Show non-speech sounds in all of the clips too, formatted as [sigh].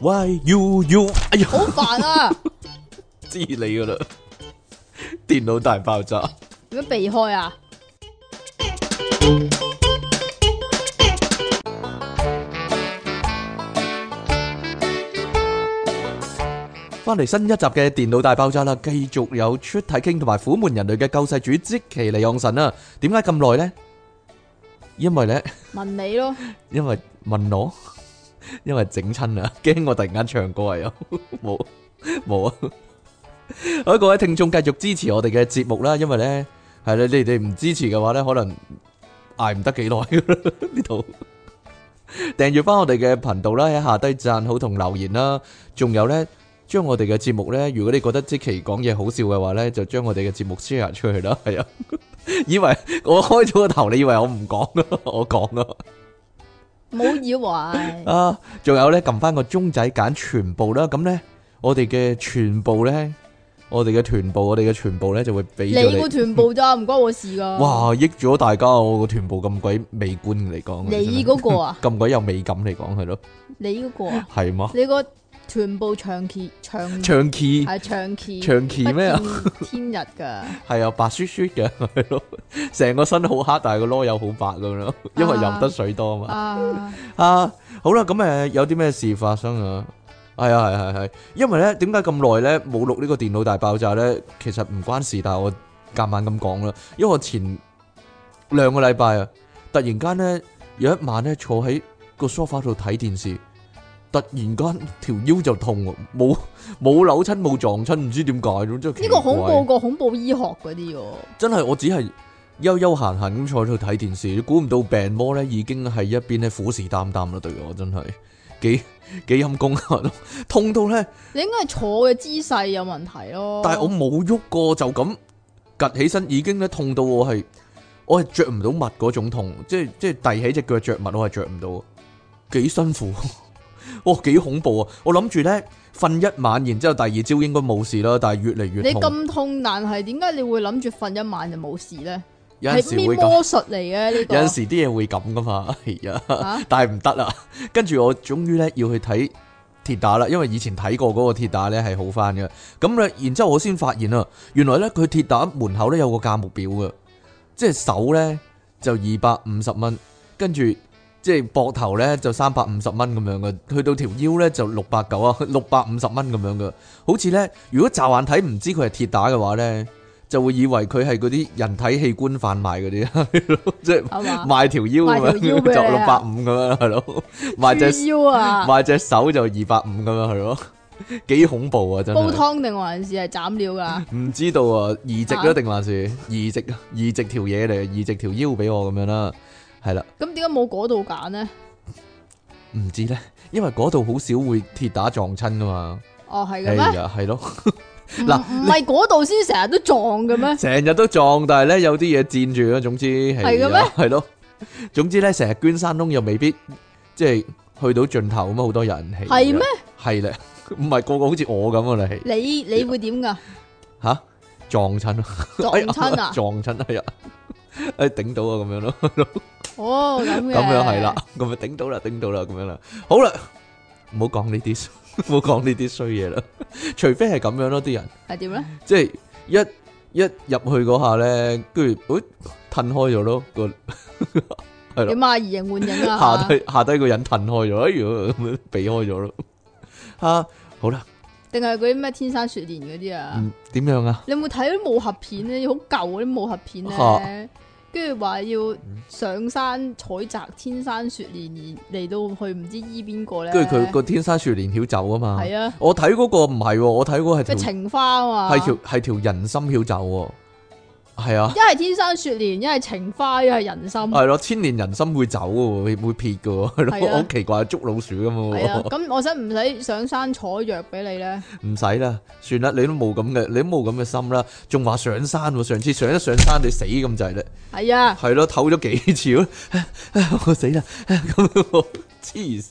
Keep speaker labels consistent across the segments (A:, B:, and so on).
A: ，Y U U，哎呀，
B: 好煩啊！
A: 知你噶啦，電腦大爆炸。
B: 點樣避開啊？
A: 翻嚟新一集嘅電腦大爆炸啦，繼續有出體 king 同埋虎門人類嘅救世主即其尼昂神啊！點解咁耐呢？因為呢，
B: 問你咯，
A: 因為問我， [laughs] 因為整親啊， [laughs] 驚我突然間唱歌啊，又 [laughs] 冇冇啊！ [laughs] 好，各位聽眾繼續支持我哋嘅節目啦，因為呢，係啦，你哋唔支持嘅話呢，可能捱唔得幾耐 [laughs] 噶啦呢度。訂閱翻我哋嘅頻道啦，喺下低讚好同留言啦，仲有呢。將我哋嘅節目呢，如果你覺得即期講嘢好笑嘅話呢，就將我哋嘅節目 share 出去啦。係啊，以為我開咗個頭，你以為我唔講咯， [laughs] 我啊講咯。
B: 冇以為
A: 啊，仲有呢，撳翻個鐘仔揀全部啦。咁呢，我哋嘅全部呢，我哋嘅團部，我哋嘅全部呢，就會俾咗
B: 你
A: 你。
B: 個臀部咋，唔關我事噶。！
A: 哇，益咗大家，我個團部咁鬼美觀嚟講，
B: 你
A: 真係
B: 嗰個啊，
A: 咁鬼有美感嚟講係咯，
B: 你嗰個啊，
A: 係嘛？
B: 你個臀部長期長
A: 唱 key
B: 係長期
A: 唱 key 咩啊？？
B: 不見天日
A: [laughs]
B: 噶，
A: 係啊，白雪雪嘅係咯，成個身好黑，但係個啰柚好白咁樣，因為
B: 啊
A: 飲得水多啊嘛。
B: 啊，
A: 啊，好啦，咁誒有啲咩事發生啊？係啊，係係係，因為咧點解咁耐咧冇錄呢個電腦大爆炸咧？其實唔關事，但係我夾硬咁講啦，因為我前兩個禮拜啊，突然間咧有一晚咧坐喺個 sofa 度睇電視，突然間 [laughs] 條腰就痛喎，冇冇扭親冇撞親，唔知點解咁真係奇
B: 呢個恐
A: 怪
B: 怖過恐怖醫學嗰啲喎，
A: 真係我只係悠悠閒閒咁坐喺度睇電視，估唔到病魔咧已經係一邊咧虎視眈眈啦，對我真係幾幾陰公啊！痛到咧，
B: 你應該係坐嘅姿勢有問題咯。
A: 但係我冇喐過，就咁趌起身已經咧痛到我係我係着唔到襪嗰種痛，即係即係遞起只腳着襪我係着唔到，幾辛苦， [laughs] 哇幾恐怖啊！我諗住咧瞓一晚，然之後第二朝應該冇事啦，但係越嚟
B: 你
A: 越痛，
B: 咁痛，但係點解你會諗住瞓一晚就冇事咧？
A: 有陣
B: 係
A: 時會
B: 咩
A: 咁。
B: 魔術嚟嘅呢個？
A: 有陣時啲嘢會咁噶嘛， [laughs] 係啊
B: 啊，
A: 但係唔得啦。跟住我終於咧要去睇鐵打啦，因為以前睇過嗰個鐵打咧係好翻嘅。咁咧，然之後我先發現啊，原來咧佢鐵打門口咧有個價目表嘅，即係手咧就二百五十蚊，跟住即係膊頭咧就三百五十蚊咁樣嘅，去到條腰咧就六百九啊， [laughs] 六百五十蚊咁樣嘅。好似咧，如果驟眼睇唔知佢係鐵打嘅話咧，就會以為佢係嗰啲人體器官販賣嗰啲， [laughs] 係咯即係。
B: 係
A: [laughs]
B: 嘛？
A: 卖條腰咁
B: 賣條
A: 樣
B: 腰
A: 就
B: 俾
A: 六
B: 你
A: 百
B: 啊
A: 五咁樣係咯，賣隻
B: 豬腰啊！
A: 賣隻手就二百五咁樣係咯， [laughs] 幾恐怖啊真
B: 煲
A: 係！
B: 湯定還是係斬
A: [laughs]
B: 料噶？
A: 唔知道啊，移植啊
B: 啊
A: 定還是移植啊移植條嘢嚟，移植條腰俾我咁樣啦，係啦，
B: 咁點解冇嗰度揀呢？
A: 唔知咧，因為嗰度好少會鐵打撞親噶嘛，
B: 哦，係
A: 係
B: 嘅咩？
A: 哎呀，係咯，
B: 唔
A: 嗱
B: 唔係嗰度先成日都撞嘅
A: [laughs]
B: 咩？
A: 成日都撞，但係咧有啲嘢墊住啊，總之係
B: 係嘅
A: 呀
B: 咩
A: 係咯，總之咧成日捐山窿又未必即係去到盡頭咁啊，好多人係
B: 係咩？
A: 係啦，唔係個個好似我咁啊，你係
B: 你你會點
A: 哎
B: 噶？
A: 吓撞親啊，？
B: 撞親啊
A: [laughs] 撞親係啊，誒頂到啊咁樣咯，
B: 哦，咁嘅。
A: 咁樣係啦。，咁咪頂到啦，頂到啦咁樣啦，好啦，唔好講呢啲， [laughs] 唔好講呢啲衰嘢啦，除非係咁樣咯，啲人
B: 係點咧？
A: 即係一一入去嗰下咧，跟住誒褪開咗咯個。係咯
B: 點啊？移形換
A: [laughs]
B: 影
A: 下
B: 啊？
A: 低下低個人褪開咗，哎呀咁樣避開咗咯， [laughs] 啊吓好啦，
B: 定係嗰啲咩天山雪蓮嗰啲啊？
A: 嗯點樣啊？
B: 你有冇睇啲武俠片咧？好舊嗰啲武俠片
A: 嚇嗯
B: 咧，跟住話要上山採摘天山雪蓮，而嚟到去唔知醫邊個咧？
A: 跟住佢個天山雪蓮曉走啊嘛，
B: 係啊，
A: 我睇嗰個唔係喎，我睇嗰個係
B: 咩
A: 條
B: 情花啊嘛？
A: 係條係條人心曉走喎，係啊，
B: 一係天山雪蓮，一係情花，一係人心。
A: 係咯，千年人心會走嘅喎，會會撇嘅喎， [laughs] 係
B: 係
A: 咯，
B: 啊
A: 好奇怪，捉老鼠咁
B: 系啊，
A: 喎，
B: 咁我使唔使上山採藥俾你咧？
A: [laughs] 唔使啦，算啦，你都冇咁嘅，你都冇咁嘅心啦，仲話上山喎，上次上一上山你死咁滯咧，
B: 係啊，
A: 係咯，唞咗幾次咯， [laughs] 我死啦，咁樣黐線，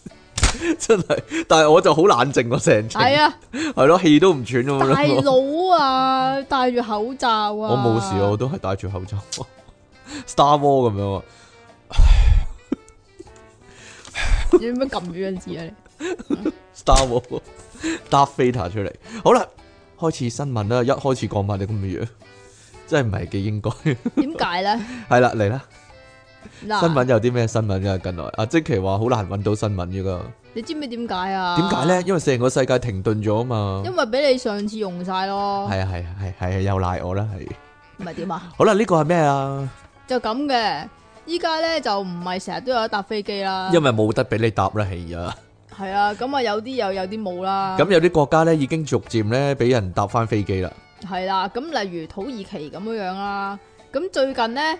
A: 真係，但係我就好冷靜喎，成程 [laughs]
B: 係啊，
A: 係咯，氣都唔喘咁樣咯。
B: 大佬啊，戴住口罩啊，
A: 我冇事，我都係戴住口罩，Star War 咁樣啊，
B: 你做咩撳住嗰阵时啊？
A: Star War Dark Vader 出嚟。好啦，開始新聞啦，一開始講埋你咁嘅樣，真係唔係幾應該。 [laughs]
B: 點解咧？
A: 係啦，嚟啦，新
B: 嗱，
A: 聞有啲咩新聞啊？近來阿即奇話好難揾到新聞嘅噶，
B: 你知唔知點解啊？
A: 點解咧？？因為成個世界停頓咗啊嘛。
B: 因為俾你上次用晒咯，
A: 係啊係啊係啊係啊，又賴我啦係。
B: 唔係點啊？
A: 好啦，呢個係咩啊？
B: 就咁嘅。依家咧就唔係成日都有得搭飛機啦，
A: 因為冇得俾你答啦，係啊。
B: 係啊，咁啊有啲有，有啲冇啦，
A: 咁有啲國家咧已經逐漸咧俾人搭翻飛機啦。
B: 係啦，咁例如土耳其咁樣樣啦，咁最近咧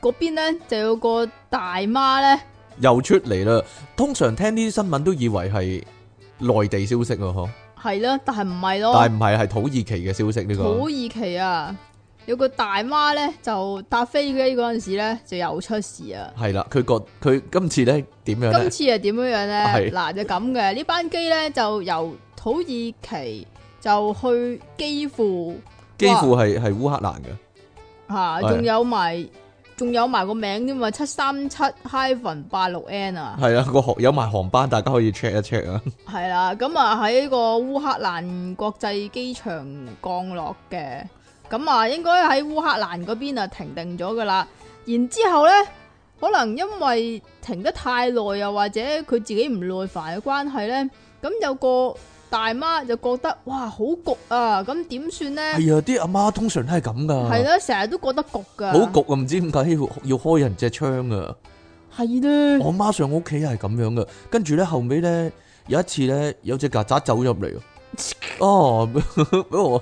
B: 嗰邊咧就有個大媽咧。
A: 又出嚟啦。通常聽呢啲新聞都以為係內地消息啊
B: 哦
A: 喎，嗬，
B: 系啦，但系唔系
A: 但
B: 咯
A: 係，唔係係土耳其嘅消息呢個
B: 土耳其啊，有個大媽咧就搭飛機嗰阵时咧就又出事啊！
A: 係啦，佢覺佢今次咧點樣
B: 今
A: 咧？
B: 次係點樣樣
A: 係
B: 咧？嗱就咁嘅，呢班機咧就由土耳其就去基輔
A: 幾乎係係烏克蘭嘅，
B: 吓，
A: 係
B: 仲、有埋仲有埋個名添嘛，啊七三七 hyphen 八六 N 啊，
A: 係啦，個航有埋航班，大家可以 check 一 check 啊。
B: 係啦，咁啊喺個烏克蘭國際機場降落嘅，咁啊應該喺烏克蘭嗰邊啊停定咗噶啦。然之後呢，可能因為停得太耐，又或者佢自己唔耐煩嘅關係呢，咁有個大媽就覺得哇好焗啊，咁點算呢？
A: 係啊，啲阿媽通常都係咁噶，
B: 係啦，成日都覺得焗噶，
A: 好焗啊，唔知點解要要開人隻窗啊。
B: 係 [laughs] 啦，
A: 我媽上我屋企係咁樣嘅，跟住咧後尾咧有一次咧有隻曱甴走入嚟，哦， [laughs] 俾我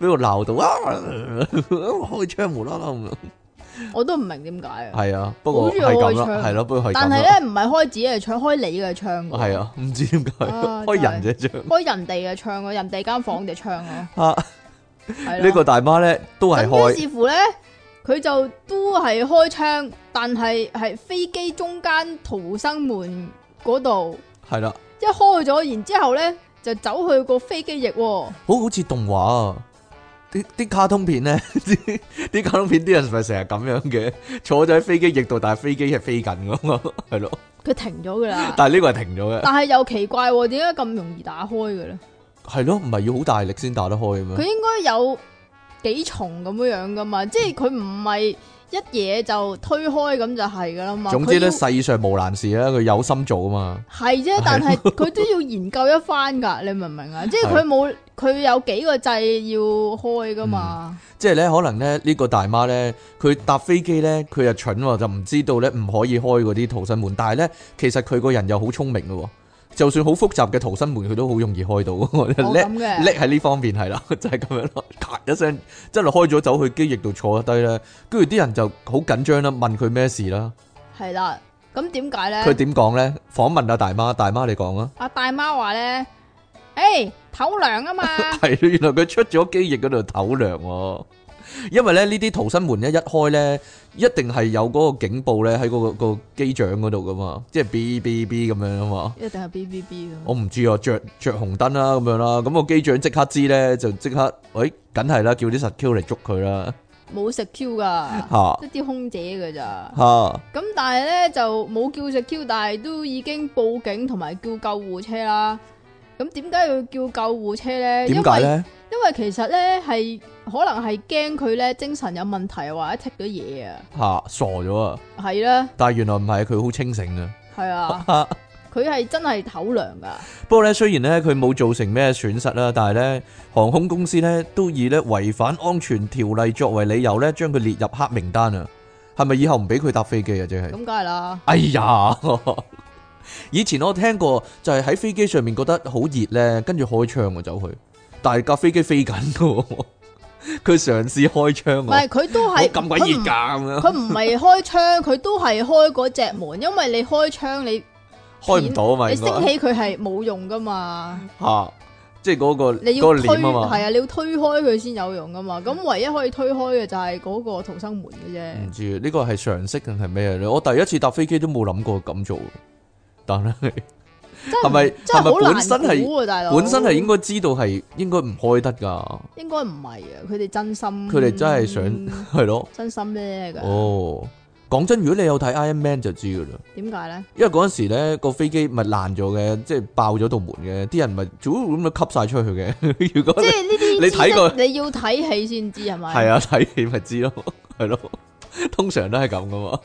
A: 俾我鬧到啊，開窗無啦啦咁樣。
B: 我都唔明點解啊。
A: 係啊，不過
B: 好似
A: 係咁
B: 我
A: 啦，
B: 唱
A: 係咯，不過係
B: 但
A: 咁
B: 係
A: 啦，
B: 呢，唔係開自己嘅窗，開你嘅窗㗎。
A: 係啊，唔知點解 [laughs]
B: 啊
A: 開人隻窗
B: 開人哋嘅窗啊，人哋間房嘅窗啊，
A: 啊！
B: 係啦
A: 呢個大媽咧都係
B: 咁於
A: 開，
B: 是乎咧，佢就都係開窗，但係係飛機中間逃生門嗰度
A: 係啦，
B: 一開咗，然之後咧就走去個飛機翼喎，
A: 好好似動畫啊！啲啲卡通片咧， [laughs] 啲啲卡通片啲人咪成日咁樣嘅，坐咗喺飛機翼度，但係飛機係飛緊咁咯，係咯。
B: 佢停咗噶啦。
A: 但係呢個係停咗嘅，
B: 但係又奇怪喎，點解咁容易打開嘅咧？
A: 係咯，唔係要好大力先打得開嘅
B: 佢
A: 咩？
B: 應該有幾重咁樣樣噶嘛，即係佢唔係一嘢就推開咁就係噶啦嘛。
A: 總之咧，
B: 佢要
A: 世上無難事啦，佢有心做啊嘛，
B: 係啫，但係佢都要研究一番㗎， [laughs] 你明唔明啊？即係佢冇佢有幾個掣要開㗎嘛，
A: 即係咧，可能咧呢個大媽咧，佢搭飛機咧，佢又蠢喎，就唔知道咧唔可以開嗰啲逃生門，但係咧其實佢個人又好聰明嘅喎，就算好複雜嘅逃生門，佢都好容易開到嘅
B: 我
A: 喎，
B: 哦咁
A: 嗯叻
B: 嘅
A: 叻喺呢方面係啦， [laughs] 就係咁樣咯，咔一聲真係開咗走去機翼度坐低咧，跟住啲人就好緊張啦，問佢咩事啦，
B: 係啦。咁點解
A: 佢
B: 咧？
A: 點講咧？訪問阿大媽，大媽你講啊。
B: 阿大媽話咧：，誒唞涼啊嘛，
A: 系咯，原來佢出咗機翼嗰度唞涼喎。因為咧呢啲逃生門一一開咧，一定係有嗰個警報咧喺嗰個個機長嗰度噶嘛，即係 B B B 咁樣啊 [laughs] 嘛。
B: 一定係 B B B 㗎。
A: 我唔知啊，着着紅燈啦咁樣啦，咁、個機長即刻知咧，就即刻，喂、梗係啦，叫啲實 Q 嚟捉佢啦，
B: 冇食 Q 㗎，
A: 吓
B: 一啲空姐㗎咋。
A: 吓
B: 咁但係咧就冇叫食 Q，但係都已經報警同埋叫救護車啦。咁點解要叫救護車咧？因
A: 點解
B: 為
A: 咧？
B: 因为其实咧系可能系惊佢咧精神有问题或者剔咗嘢啊，
A: 吓、傻咗啊！
B: 系啦，
A: 但係原來唔係，佢好清醒啊。
B: 系啊，
A: [laughs]
B: 佢系真系唞凉噶，
A: 不過咧，雖然咧佢冇造成咩損失啦，但係咧航空公司咧都以咧違反安全條例作為理由咧，將佢列入黑名單啊！係咪以後唔俾佢搭飛機啊？即係，
B: 咁梗系啦，
A: 哎呀！ [laughs] 以前我聽過就係喺飛機上面覺得好熱咧，跟住開窗我啊走去，但係架飛機飛緊嘅喎， [laughs] 佢嘗試開窗
B: 唔系
A: 喎，
B: 佢都
A: 好
B: 系
A: 咁鬼熱
B: 佢
A: 㗎
B: 唔
A: 咁樣，
B: 佢唔系开窗，佢都系开嗰只门，因为你开窗你
A: 開唔到啊嘛，
B: 你
A: 應
B: 升
A: 該
B: 起佢系冇用噶嘛，
A: 嚇，即係嗰個
B: 你
A: 嗰
B: 要
A: 個
B: 推
A: 簾啊嘛
B: 系。啊，你要推开佢先有用噶嘛，咁唯一可以推开嘅就系嗰个逃生门嘅
A: 唔
B: 啫，
A: 知呢個係常識定係咩咧？我第一次搭飛機都冇諗過咁做，但係
B: 真
A: 係咪
B: 真
A: 係咪
B: 系好
A: 本身係
B: 难估啊，大佬，
A: 本身係應該知道係應該唔開得㗎，
B: 应该唔系啊，佢哋真心，
A: 佢哋真係想係咯。
B: 真心咩噶？
A: 哦，講真，如果你有睇 Iron Man 就知噶啦，
B: 點解咧？
A: 因為嗰陣時咧個飛機咪爛咗嘅，即係爆咗道門嘅，啲人咪早咁樣吸晒出去嘅。 [laughs] 如果
B: 即係呢啲
A: [laughs] 你睇
B: 知識
A: 過
B: 你要睇戲先知係咪？
A: 係啊，睇戲咪知咯，係咯，通常都係咁噶嘛。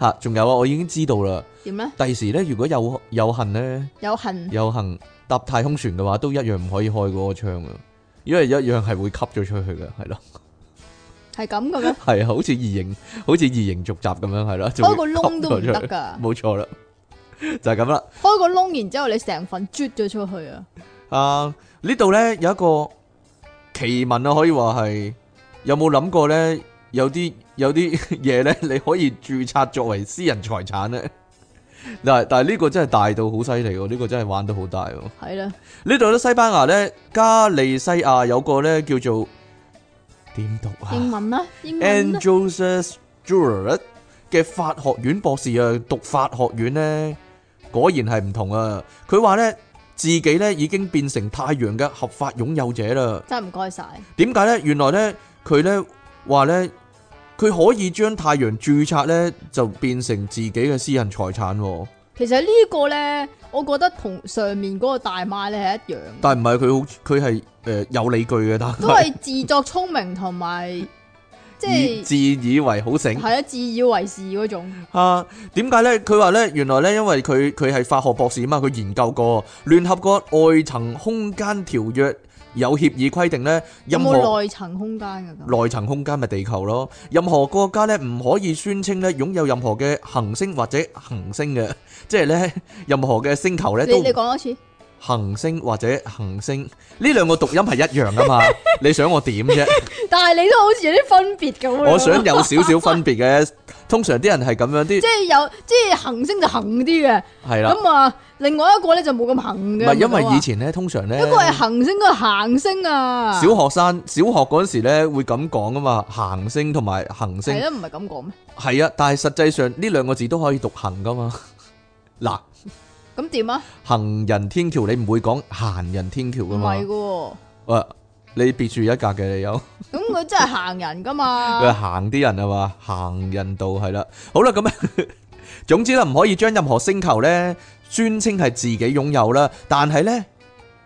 A: 吓，仲有啊，我已經知道啦。
B: 點咧？
A: 第時咧，如果有有幸咧，
B: 有痕
A: 有幸搭太空船嘅話，都一樣唔可以開嗰個窗啊，因為一樣係會吸咗出去嘅，係咯， [laughs]
B: 係咁嘅咩？
A: 係啊，好似異形，好似異形續集咁樣，係啦，就會
B: 開個窿都唔
A: [laughs] 吸咗出
B: 得
A: 去，
B: 㗎，
A: 冇錯啦，就係咁啦。
B: 開個窿然之後你成份啜咗出去啊！
A: 啊，呢度咧有一個奇聞啊，可以話係有冇諗過咧？有啲有啲 [laughs] 嘢咧，你可以註冊作為私人財產咧。嗱，但係呢個真係大到好犀利喎，呢、個真係玩得好大喎。
B: 係啦，
A: 呢度咧，西班牙咧，加利西亞有個咧叫做點讀啊
B: 英文啦，英文啦，
A: ？Angels j u r a t 嘅法學院博士啊，讀法學院咧，果然係唔同啊！佢話咧，自己咧已經變成太陽嘅合法擁有者啦。
B: 真係唔該晒。
A: 點解咧？原來咧，佢咧話咧，佢可以將太陽註冊咧，就變成自己嘅私人財產喎。
B: 其實呢個咧，我覺得同上面嗰個大媽咧
A: [laughs]
B: 係一樣嘅，
A: 但係唔係佢好，佢係誒有理據嘅，但
B: 都
A: 係
B: 係自作聰明同埋即
A: 以
B: 係
A: 自以為好醒。
B: 係啊自以為是嗰種。
A: 啊，點解咧？佢話咧，原來咧，因為佢佢係法學博士啊嘛，佢研究過聯合國外層空間條約有協議規定咧，
B: 有
A: 任何
B: 冇內層空間㗎咁？
A: 內層空間咪地球咯，任何國家咧唔可以宣稱咧擁有任何嘅行星或者行星嘅， [laughs] 即係咧任何嘅星球咧
B: 你
A: 都
B: 你講多次，
A: 行星或者行星呢兩個讀音係一樣噶
B: [laughs]
A: 嘛？你想我點啫？
B: 但係你都好似有啲分別咁樣。
A: 我想有少少分別嘅，通常啲人係咁樣啲
B: 即，係有即係行星就行啲嘅，
A: 係啦。
B: 咁啊另外一個咧就冇咁啊行
A: 唔
B: 嘅。
A: 係因為以
B: 前
A: 前咧，通常咧，
B: 一個係行星，一個係行星
A: 小
B: 啊。
A: 學生小學嗰陣時咧會咁講噶嘛，行星同埋行
B: 係
A: 星
B: 啦，唔係咁講咩？
A: 係啊，但係實際上呢兩個字都可以讀行噶嘛。 [laughs] 嗱，
B: 咁點啊？
A: 行人天橋你唔會講行人天橋
B: 唔
A: 噶嘛？
B: 係嘅喎，
A: 喂、你別住一格嘅你有，
B: 咁佢真係行人噶嘛
A: 佢？係行啲人啊嘛，行人道係啦。好啦，咁 [laughs] 總之啦，唔可以將任何星球咧宣稱係自己擁有啦，但係咧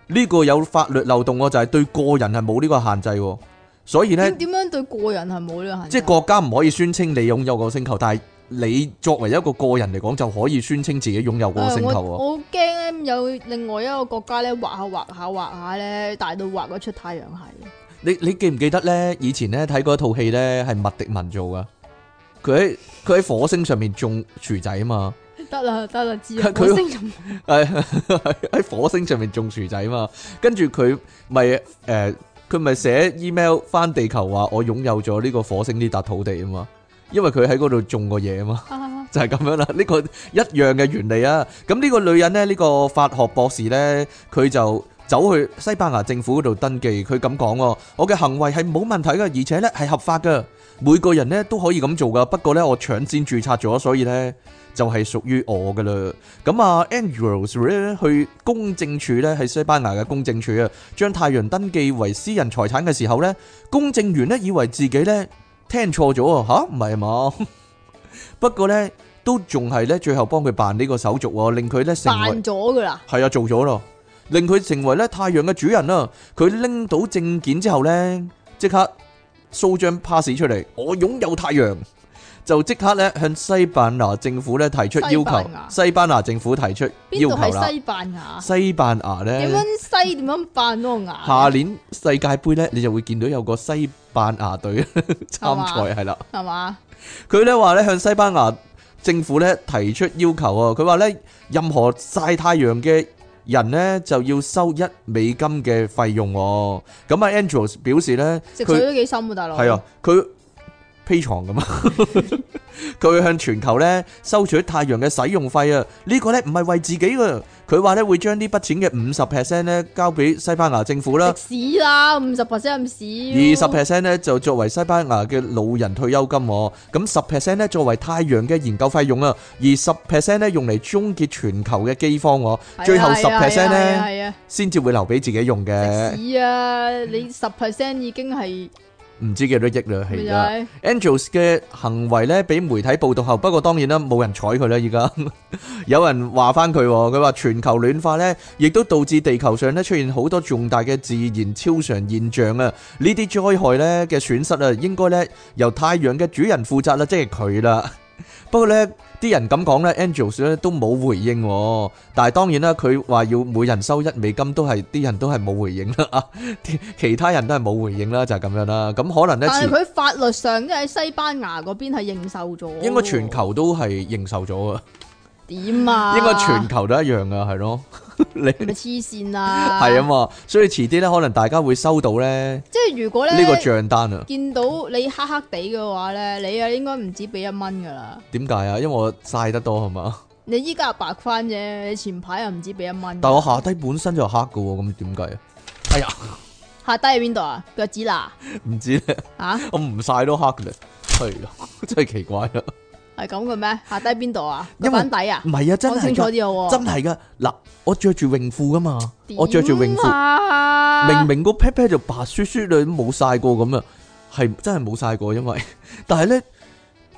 A: 呢、個有法律漏洞喎，就係、對個人係冇呢個限制喎，所以咧
B: 點。點樣對個人啊係冇呢個限
A: 即
B: 制？
A: 係國家唔可以宣稱你擁有個星球，但係你作為一個個人嚟講，就可以宣稱自己擁有個星球
B: 誒
A: 啊
B: 我
A: 喎。
B: 我好驚咧，有另外一個國家咧畫下畫下畫下咧，大到畫咗出太陽系。
A: 你你記唔記得呢？以前呢睇過一套戲呢，係麥迪文做噶，佢喺佢喺火星上面種薯仔啊嘛，
B: 得啦得啦，知啦
A: 佢，佢
B: 火星人
A: 誒 [laughs] 喺火星上面種薯仔啊嘛，跟住佢咪誒佢咪寫 email 翻地球話我擁有咗呢個火星呢笪土地啊嘛，因為佢喺嗰度種過嘢啊嘛。
B: 啊
A: 就係咁樣啦，呢個一樣嘅原理啊。咁呢個女人呢，呢個法學博士呢， [laughs] 佢就走去西班牙政府嗰度登記，佢咁講喎，我嘅行為係冇問題嘅，而且呢係合法嘅，每個人呢都可以咁做噶。不過呢，我搶先註冊咗，所以呢就係屬於我噶啦。咁啊 a n g e l s 咧去公證處呢，喺西班牙嘅公證處啊，將太陽登記為私人財產嘅時候呢，公證員呢以為自己呢聽錯咗啊，吓唔係嘛？不過呢，都仲係呢，最後幫佢辦呢個手續喎，令佢呢成為
B: 扮咗噶啦，
A: 係啊做咗咯，令佢成為呢太陽嘅主人啦。佢拎到證件之後呢，即刻 show 張 pass 出嚟，我擁有太陽，就即刻呢向西班牙政府呢提出要
B: 西
A: 求
B: 班，牙
A: 西班牙政府提出
B: 邊
A: 要
B: 度
A: 求啦
B: 係。西班牙？
A: 西班牙
B: 點
A: 呢，
B: 樣西？點樣扮嗰個牙？
A: 下年世界盃呢，你就會見到有個西班牙隊參
B: 嘛
A: 賽係啦。
B: 係嘛？
A: 佢咧話咧向西班牙政府咧提出要求啊，佢話咧任何曬太陽嘅人咧就要收一美金嘅費用喎。咁啊 a n g e l s 表示咧
B: 食
A: 佢
B: 水都幾深喎，大佬。
A: 係啊，，佢披床咁啊， [laughs] 佢向全球咧收取太陽嘅使用費啊，呢個咧唔係為自己嘅，佢話咧會將呢筆錢嘅五十 percent 咧交俾西班牙政府啦。
B: 食屎啦，五十 percent 咁
A: 二十
B: 屎。
A: percent 咧就作為西班牙嘅老人退休金喎，咁十 percent 咧作為太陽嘅研究費用啊，而十 percent 咧用嚟終結全球嘅饑荒喎，
B: 係啊
A: 最後10%
B: 係啊係啊
A: 呢
B: 係啊
A: 先至會留俾自己用
B: 係啊，
A: 嘅。
B: 食屎啊！你十 percent 已經係
A: 唔知幾多億啦，
B: 咪
A: 係
B: 就
A: 啦。
B: 係
A: Angels 嘅行為咧，俾媒體報道後，不過當然啦，冇人睬佢啦。而家 [laughs] 有人話翻佢喎，佢話全球暖化咧，亦都導致地球上咧出現好多重大嘅自然超常現象啊！呢啲災害咧嘅損失啊，應該咧由太陽嘅主人負責啦，即係佢啦。 [laughs] 不過咧，啲人咁講咧，Angels 咧都冇回應喎。但係當然啦，佢話要每人收一美金，都係啲人都係冇回應啦。 [laughs] 啊，啲其他人都係冇回應啦，就係、咁樣啦。咁可能咧，
B: 但係
A: 遲
B: 佢法律上即係西班牙嗰邊係認受咗喎，
A: 應該全球都係認受咗啊，
B: 點啊？
A: 應該全球都一樣啊，係咯， [laughs] 你
B: 咪黐線啊！
A: 係啊，嘛，所以遲啲咧，可能大家會收到咧呢
B: 即係如果咧
A: 個帳單啊。
B: 見到你黑黑地嘅話咧，你啊應該唔止俾一蚊噶啦。
A: 點解啊？因為我晒得多係嘛，
B: 你依家係白翻啫，你前排又唔止俾一蚊。
A: 但我下低本身就黑嘅喎，咁點解啊？哎呀，
B: 下低喺邊度啊？腳趾罅
A: 唔知咧，
B: 啊？
A: [laughs] 我唔晒都黑嘅咧，係咯， [laughs] 真係奇怪啦。
B: 係咁嘅咩？下低邊度啊？
A: 因為
B: 腳板底啊？啊
A: 唔係啊，真
B: 講
A: 係
B: 清楚
A: 㗎，
B: 啲好喎。
A: 真係噶。嗱，我着住泳褲噶嘛，我着住泳褲，
B: 褲
A: 明明個 pat pat 就白雪雪你都冇晒過咁啊，係真係冇晒過，因為 [laughs] 但係咧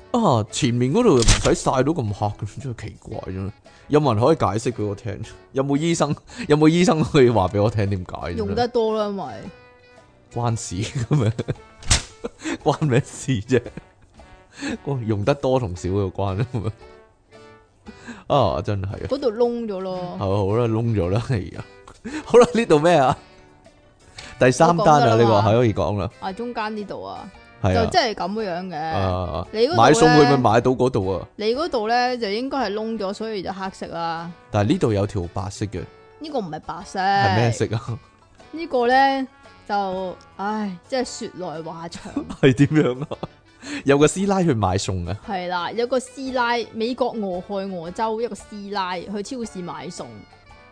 A: 啊前面嗰度又唔使晒到咁黑嘅，真係奇怪啫。有冇人可以解釋俾我聽？ [laughs] 有冇醫生？有冇醫生可以話俾我聽點解？
B: 用得多啦，因
A: [laughs]
B: 為
A: 關事咁樣， [laughs] 關咩事啫？ [laughs] 關用得多同少有關啦咁樣 [laughs] 啊！真係啊，
B: 嗰度窿咗咯。
A: 好好啦，窿咗啦， [laughs] 係啊，好啦，呢度咩啊？第三單啊，
B: 我講
A: 呢
B: 得啦
A: 個
B: 嘛
A: 係可以講啦。
B: 啊，中間呢度啊，
A: 係
B: 就
A: 啊，
B: 真係咁樣嘅。
A: 啊，
B: 你嗰度
A: 買餸會唔會
B: 呢
A: 買到嗰度啊？
B: 你嗰度咧就應該係窿咗，所以就黑色啦。
A: 但係呢度有條白色嘅，
B: 呢個唔係白色，
A: 係咩？色啊？ [laughs]
B: 呢個咧就唉，即係說來話長，
A: 係點樣啊？有個師奶去買餸啊，
B: 係啦。有個師奶，美國俄亥俄州一個師奶去超市買餸，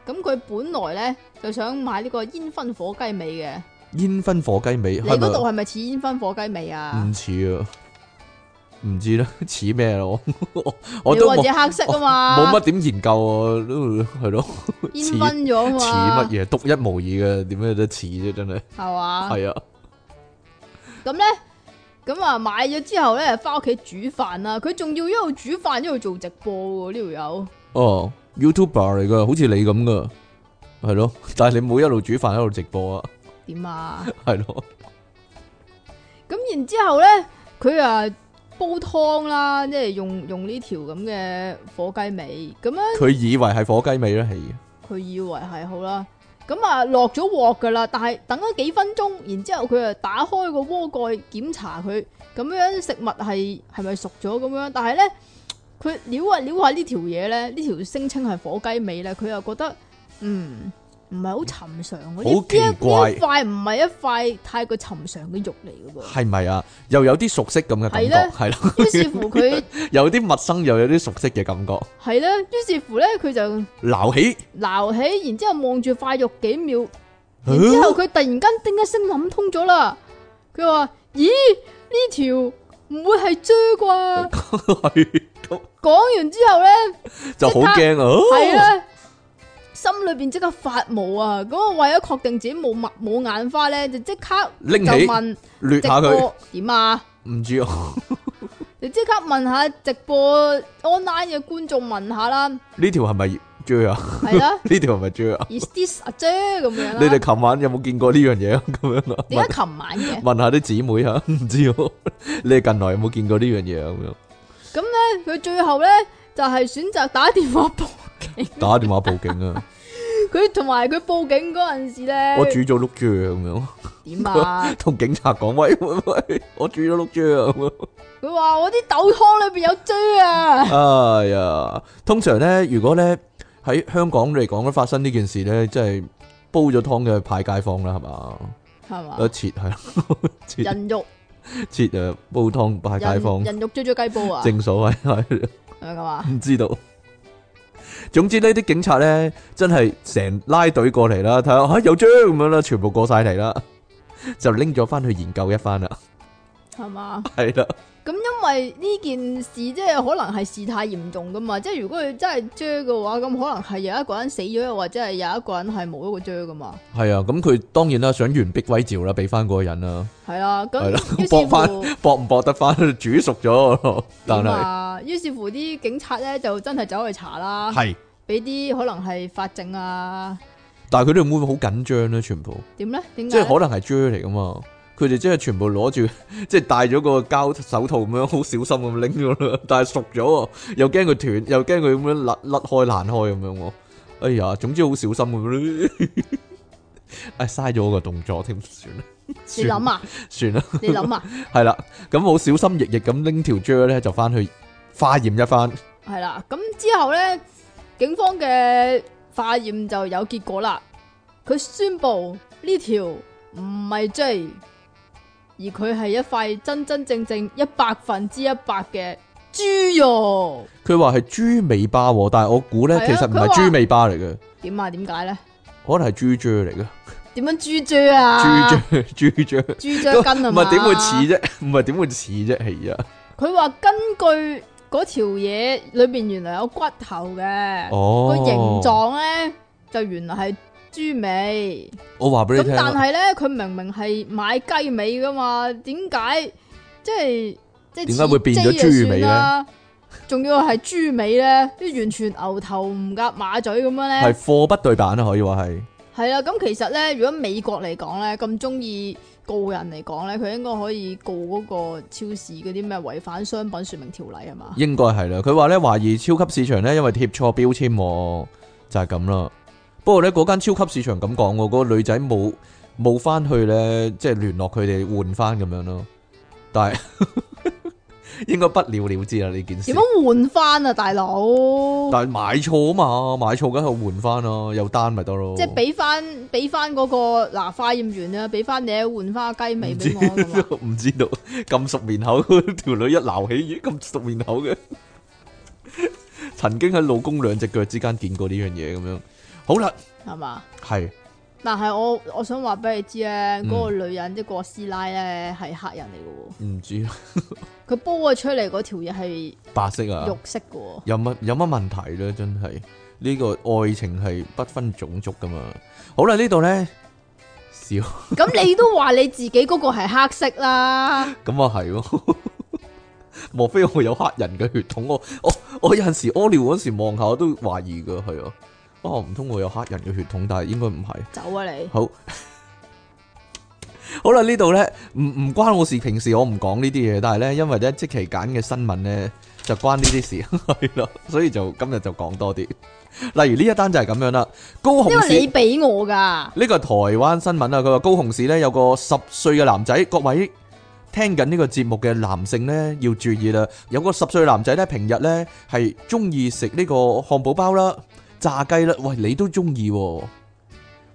B: 咁佢本來咧就想買呢個煙燻火雞尾嘅。
A: 煙燻火雞尾，
B: 你嗰度
A: 係
B: 係咪似煙燻火雞尾
A: 咪
B: 啊
A: 唔？似啊？唔知啦， [laughs] 似咩咯？我我
B: 你
A: 都
B: 或
A: 冇
B: 者黑色啊嘛，
A: 冇乜點研究啊，都係咯，
B: 煙
A: 似
B: 燻咗啊
A: 似乜
B: 嘛，
A: 嘢？獨一無二嘅，點樣都似啫？真係
B: 係嘛？
A: 係啊，
B: 咁咧，咁啊買咗之後咧，翻屋企煮飯啦。佢仲要一路煮飯一路做直播喎，呢條友。
A: 哦，YouTuber 嚟噶，好似你咁噶，係咯。 [laughs] 但係你冇一路煮飯一路直播啊， [laughs]
B: 點啊？
A: 係咯。
B: 咁然之後咧，佢啊煲湯啦，即係用用呢條咁嘅火雞尾，咁啊樣
A: 佢以為係火雞尾咧，係
B: 佢以為係好啦。咁啊落咗鑊噶啦，但係等咗幾分鐘，然之後佢啊打開個鍋蓋檢查佢，咁樣食物係係咪熟咗咁樣？但係咧，佢撩下撩下呢條嘢咧，呢條聲稱係火雞尾咧，佢又覺得嗯唔係好尋常喎。呢
A: 好奇怪
B: 呢一塊唔係一塊太過尋常嘅肉嚟
A: [laughs]
B: 噶噃。
A: 係咪啊？又有啲熟悉咁嘅感
B: 係呢
A: 覺，係啦，
B: 於是乎佢
A: [laughs] 有啲陌生又有啲熟悉嘅感覺，
B: 係啦，於是乎咧佢就
A: 鬧起，
B: 撈起，然之後望住塊肉幾秒，然之
A: 哦
B: 後佢突然間叮一聲諗通咗啦，佢話：咦，呢條唔會係啫
A: [laughs]
B: 啩？
A: 啊係咁
B: 講完之後咧，
A: 就好驚
B: 係
A: 啊！
B: 咧，心裏邊即刻發毛啊！咁我為咗確定自己冇墨冇眼花咧，就即刻
A: 拎
B: 就
A: 起
B: 問
A: 掠
B: 直
A: 下佢，
B: 播點啊？
A: 唔知啊，
B: 你即刻問下直播 online 嘅觀眾問下啦，
A: 呢條係咪追啊？[laughs]
B: 係啦
A: 呢條係咪追啊？
B: ，is this 阿姐咁樣
A: 你哋
B: 啦？
A: 琴晚有冇見過呢樣嘢
B: [laughs]
A: 啊？咁樣啊？問
B: 點解琴晚嘅？
A: 問下啲姊妹啊，唔知喎。你哋近來有冇見過呢樣嘢啊？咁樣
B: 佢最後咧就係、選擇打電話報，
A: 打電話報警啊！
B: 佢同埋佢報警嗰陣時咧，
A: 我煮咗碌豬啊咁
B: [laughs]
A: 樣。？
B: 點啊
A: [laughs] 同警察講：喂喂喂，我煮咗碌豬啊！咁樣
B: 佢話我啲豆湯裏邊有豬啊！
A: 哎呀，通常咧，如果咧喺香港嚟講咧發生呢件事咧，即係煲咗湯嘅派街坊啦，係嘛？
B: 係嘛
A: [laughs] 一？切係咯，切
B: 啊人肉
A: 切誒煲湯派街坊
B: 人，人肉追咗雞煲啊！
A: 正所謂係
B: 係咪咁啊？
A: 唔知道。總之呢啲警察咧，真係成拉隊過嚟啦，睇下啊嚇有張咁樣啦，全部過晒嚟啦，就拎咗翻去研究一番啦， [laughs]
B: 係嘛？
A: 係啦。
B: 咁咁因為呢件事即係可能係事態嚴重噶嘛，即係如果佢真係追嘅話，咁可能係有一個人死咗，又或者係有一個人係冇咗個追噶嘛，
A: 係啊，咁佢當然啦，想完碧威照啦，俾翻嗰個人啦，
B: 係啦，
A: 係
B: 咁
A: 啦
B: 於
A: 搏
B: 是
A: 返
B: 乎
A: [laughs] 搏唔搏得翻？煮熟咗咯，但
B: 點
A: 係
B: 啊，於是乎啲警察咧就真係走去查啦，
A: 係，
B: 俾啲可能係法證啊，
A: 但係佢哋會唔會好緊張咧？全部
B: 點咧？點
A: 即
B: 解呢？
A: 係可能係 J 嚟噶嘛？佢哋真係全部攞住， [laughs] 即係戴咗個膠手套咁樣，好小心咁拎咗啦。 [laughs] 但係熟咗喎，又驚佢斷，又驚佢咁樣甩甩開爛開咁樣喎。哎呀，總之好小心咁樣。 [laughs] 唉，嘥咗我個動作添，算啦。
B: 你諗啊，
A: 算啦，
B: 你諗啊，
A: 係啦，咁好小心翼翼咁拎條 J 咧，就翻去化驗一番。
B: 係啦，咁之後咧，警方嘅化驗就有結果啦，佢宣布呢條唔係 J，而佢係一塊真真正正一百分之一百嘅豬肉，
A: 佢話係豬尾巴喎，但係我估咧
B: 係啊
A: 其實唔係
B: 佢話
A: 豬尾巴嚟嘅，
B: 點啊？點解咧？
A: 可能係豬 J 嚟嘅，
B: 點樣豬啫啊？
A: 豬 J 豬 J。
B: 豬豬筋啊
A: 唔
B: 嘛？
A: 係點會似啫？唔係點會似啫？係啊，
B: 佢話根據嗰條嘢裏边原來有骨頭嘅，
A: 哦，
B: 個形，狀咧就原來係豬尾。
A: 我話俾你
B: 咁
A: 聽
B: 但
A: 啦，
B: 係咧，佢明明係買雞尾噶嘛，點解即係即係
A: 點解會變咗
B: 似 J 就
A: 豬尾呢
B: 算啦？仲要係豬尾咧，即係完全牛頭唔夾馬嘴咁樣
A: 係
B: 咧，
A: 貨不對版啊，可以話係。
B: 係啦。咁其實咧，如果美國嚟講咧，咁中意告人嚟講咧，佢應該可以告嗰個超市嗰啲咩違反商品說明條例係嘛？
A: 應該係啦。佢話咧懷疑超級市場咧，因為貼錯標籤喎，就係咁啦。不過咧嗰間超級市場咁講喎，嗰、個女仔冇冇翻去咧，即係聯絡佢哋換翻咁樣咯。但係 [laughs] 應該不了了之啦呢件事
B: 點。樣換翻啊，大佬？
A: 但係買錯啊嘛，買錯梗係換翻咯，有單咪得咯。
B: 即係俾翻俾翻嗰個嗱化驗員啦，俾翻你換翻雞尾
A: 唔
B: 俾
A: 知
B: 我咁啊！
A: [laughs] 唔知道咁熟面口， [laughs] 條女一鬧起咦咁熟面口嘅，曾經喺老公兩隻腳之間見過呢樣嘢咁樣。好啦，
B: 係嘛？
A: 係
B: 但係我我想話俾你知咧，
A: 嗯
B: 嗰、個女人即係個師奶咧係黑人嚟
A: 唔知啊
B: 嘅喎，佢煲咗出嚟嗰條嘢係
A: 白色啊
B: 肉，色嘅喎，
A: 有乜有乜問題咧？真係呢、個愛情係不分種族噶嘛。好啦，呢度咧少 [laughs] 咁啊
B: 咁、你都話你自己嗰個係黑色
A: [laughs]
B: 啦，
A: 啊係喎。 [laughs] 莫非我有黑人嘅血統？我我我有陣時屙尿嗰時望下我都懷疑噶，係啊，哦唔通我有黑人嘅血統，但係應該唔係。
B: 走啊你！
A: 好。 [laughs] 好啦，呢度呢，唔唔關我事，平時我唔講呢啲嘢，但係呢，因為呢即期揀嘅新聞呢，就關呢啲事， [laughs] 係咯，所以就今日就講多啲。例如呢一單就係咁樣啦，高雄
B: 因
A: 市
B: 為你俾我㗎，
A: 呢個係台灣新聞啊，佢話高雄市呢有個十歲嘅男仔，各位聽緊呢個節目嘅男性呢，要注意啦，有個十歲男仔呢，平日呢係中意食呢個漢堡包啦、炸雞啦，喂你都中意喎，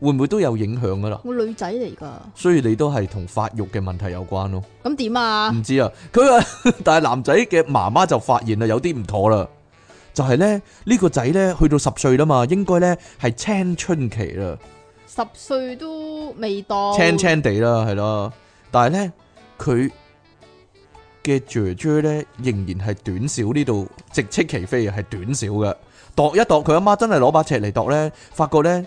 A: 會唔會都有影響噶啦？
B: 我女仔嚟㗎，
A: 所以你都係同發育嘅問題有關咯。
B: 咁點啊？
A: [laughs] 唔知啊，佢話但係男仔嘅媽媽就發現啦，有啲唔妥啦。就係咧，呢個仔咧去到十歲啦嘛，應該咧係青春期啦，
B: 十歲都未到，
A: 青青地啦，係啦。但係咧，佢嘅雀雀咧仍然係短小呢度，直斥其非啊，係短小嘅。度一度，佢阿媽真係攞把尺嚟度咧，發覺咧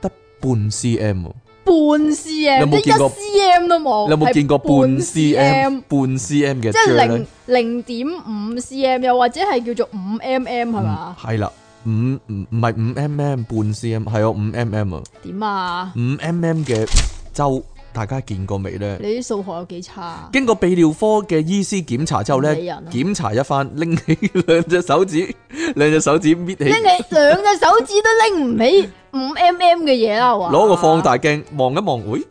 A: 得半 cm 喎。
B: 半
A: 有
B: cm，
A: 冇
B: 即一
A: 見過
B: cm 都冇，
A: 你有冇
B: 係
A: 見過半 cm、半 cm 嘅
B: 即係
A: 雀咧
B: 零？零点五 cm，又或者係叫做五 mm 係嘛？
A: 系嗯啦，五唔唔系五 mm 半 cm，系啊五 mm 啊，
B: 點啊？
A: 五 mm 嘅周，大家見過未呢？
B: 你啲數學有幾差啊？
A: 經過泌尿科嘅醫師檢查之後呢，
B: 唔理人啊
A: 檢查一番，拎起 [laughs] 兩隻手指， [laughs] 兩隻手指搣
B: 拎
A: 起，
B: 你兩隻手指都
A: [laughs]
B: 拎唔起五 mm 嘅嘢啦，係嘛？
A: 攞個放大鏡望一望，喂， [laughs]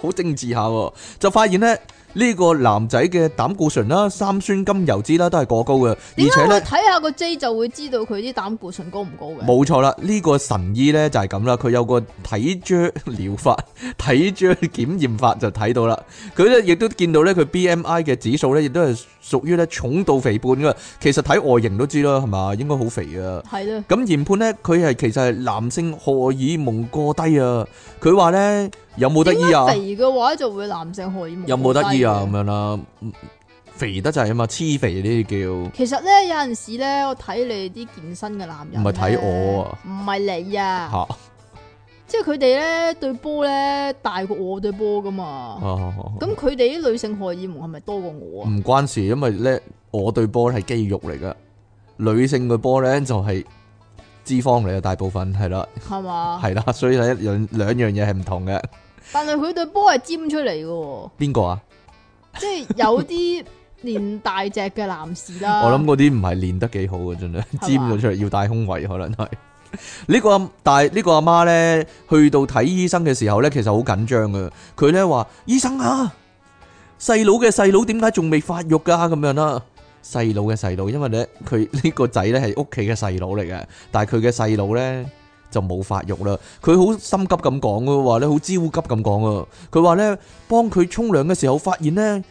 A: 好精緻下喎，就發現呢，呢個男仔嘅膽固醇啦、三酸甘油脂啦都係過高嘅，而
B: 點解
A: 且呢
B: 我。睇下個 J 就會知道佢啲膽固醇高唔高嘅？
A: 冇錯啦，呢、個神醫呢就係咁啦，佢有個體漿 [laughs] 療法、體漿檢驗法就睇到啦。佢呢亦都見到呢，佢 BMI 嘅指數呢亦都係屬於呢重度肥胖噶。其實睇外形都知啦，係嘛，應該好肥啊。
B: 係咯，
A: 咁研判呢，佢係其實係男性荷爾蒙過低啊。佢話呢，有冇得
B: 點
A: 醫啊
B: 解？肥嘅話就會男性荷爾蒙
A: 有冇得醫啊？咁
B: 低嘅？
A: 樣啦，肥得滯啊嘛，黐肥呢啲叫。
B: 其實咧，有陣時咧，我睇你啲健身嘅男人，
A: 唔係睇我啊，
B: 唔係你啊，
A: 吓，
B: 即係佢哋咧對波咧大過我對波噶
A: 啊哦
B: 嘛。
A: 咁
B: 咁佢哋啲女性荷爾蒙係咪多過我啊？
A: 唔關事，因為咧我對波係肌肉嚟噶，女性嘅波咧就係脂肪嚟嘅，大部分係啦，
B: 係嘛？
A: 係啦，所以咧兩兩樣嘢係唔同嘅。
B: 但係佢對波係尖出嚟嘅喎，
A: 邊個啊？
B: 即係有啲練大隻嘅男士啦。
A: [laughs] 我諗嗰啲唔係練得幾好嘅，真係
B: 嘛
A: 尖咗出嚟，要戴胸圍可能係。呢個阿但係呢個阿媽咧，去到睇醫生嘅時候咧，其實好緊張嘅。佢咧話：醫生啊，細佬嘅細佬點解仲未發育㗎？咁樣啦，細佬嘅細佬，因為咧佢 [laughs] 呢個仔咧係屋企嘅細佬嚟嘅，但係佢嘅細佬咧就冇發育啦。佢好心急咁講嘅話咧，好焦急咁講啊。佢話咧幫佢沖涼嘅時候發現咧。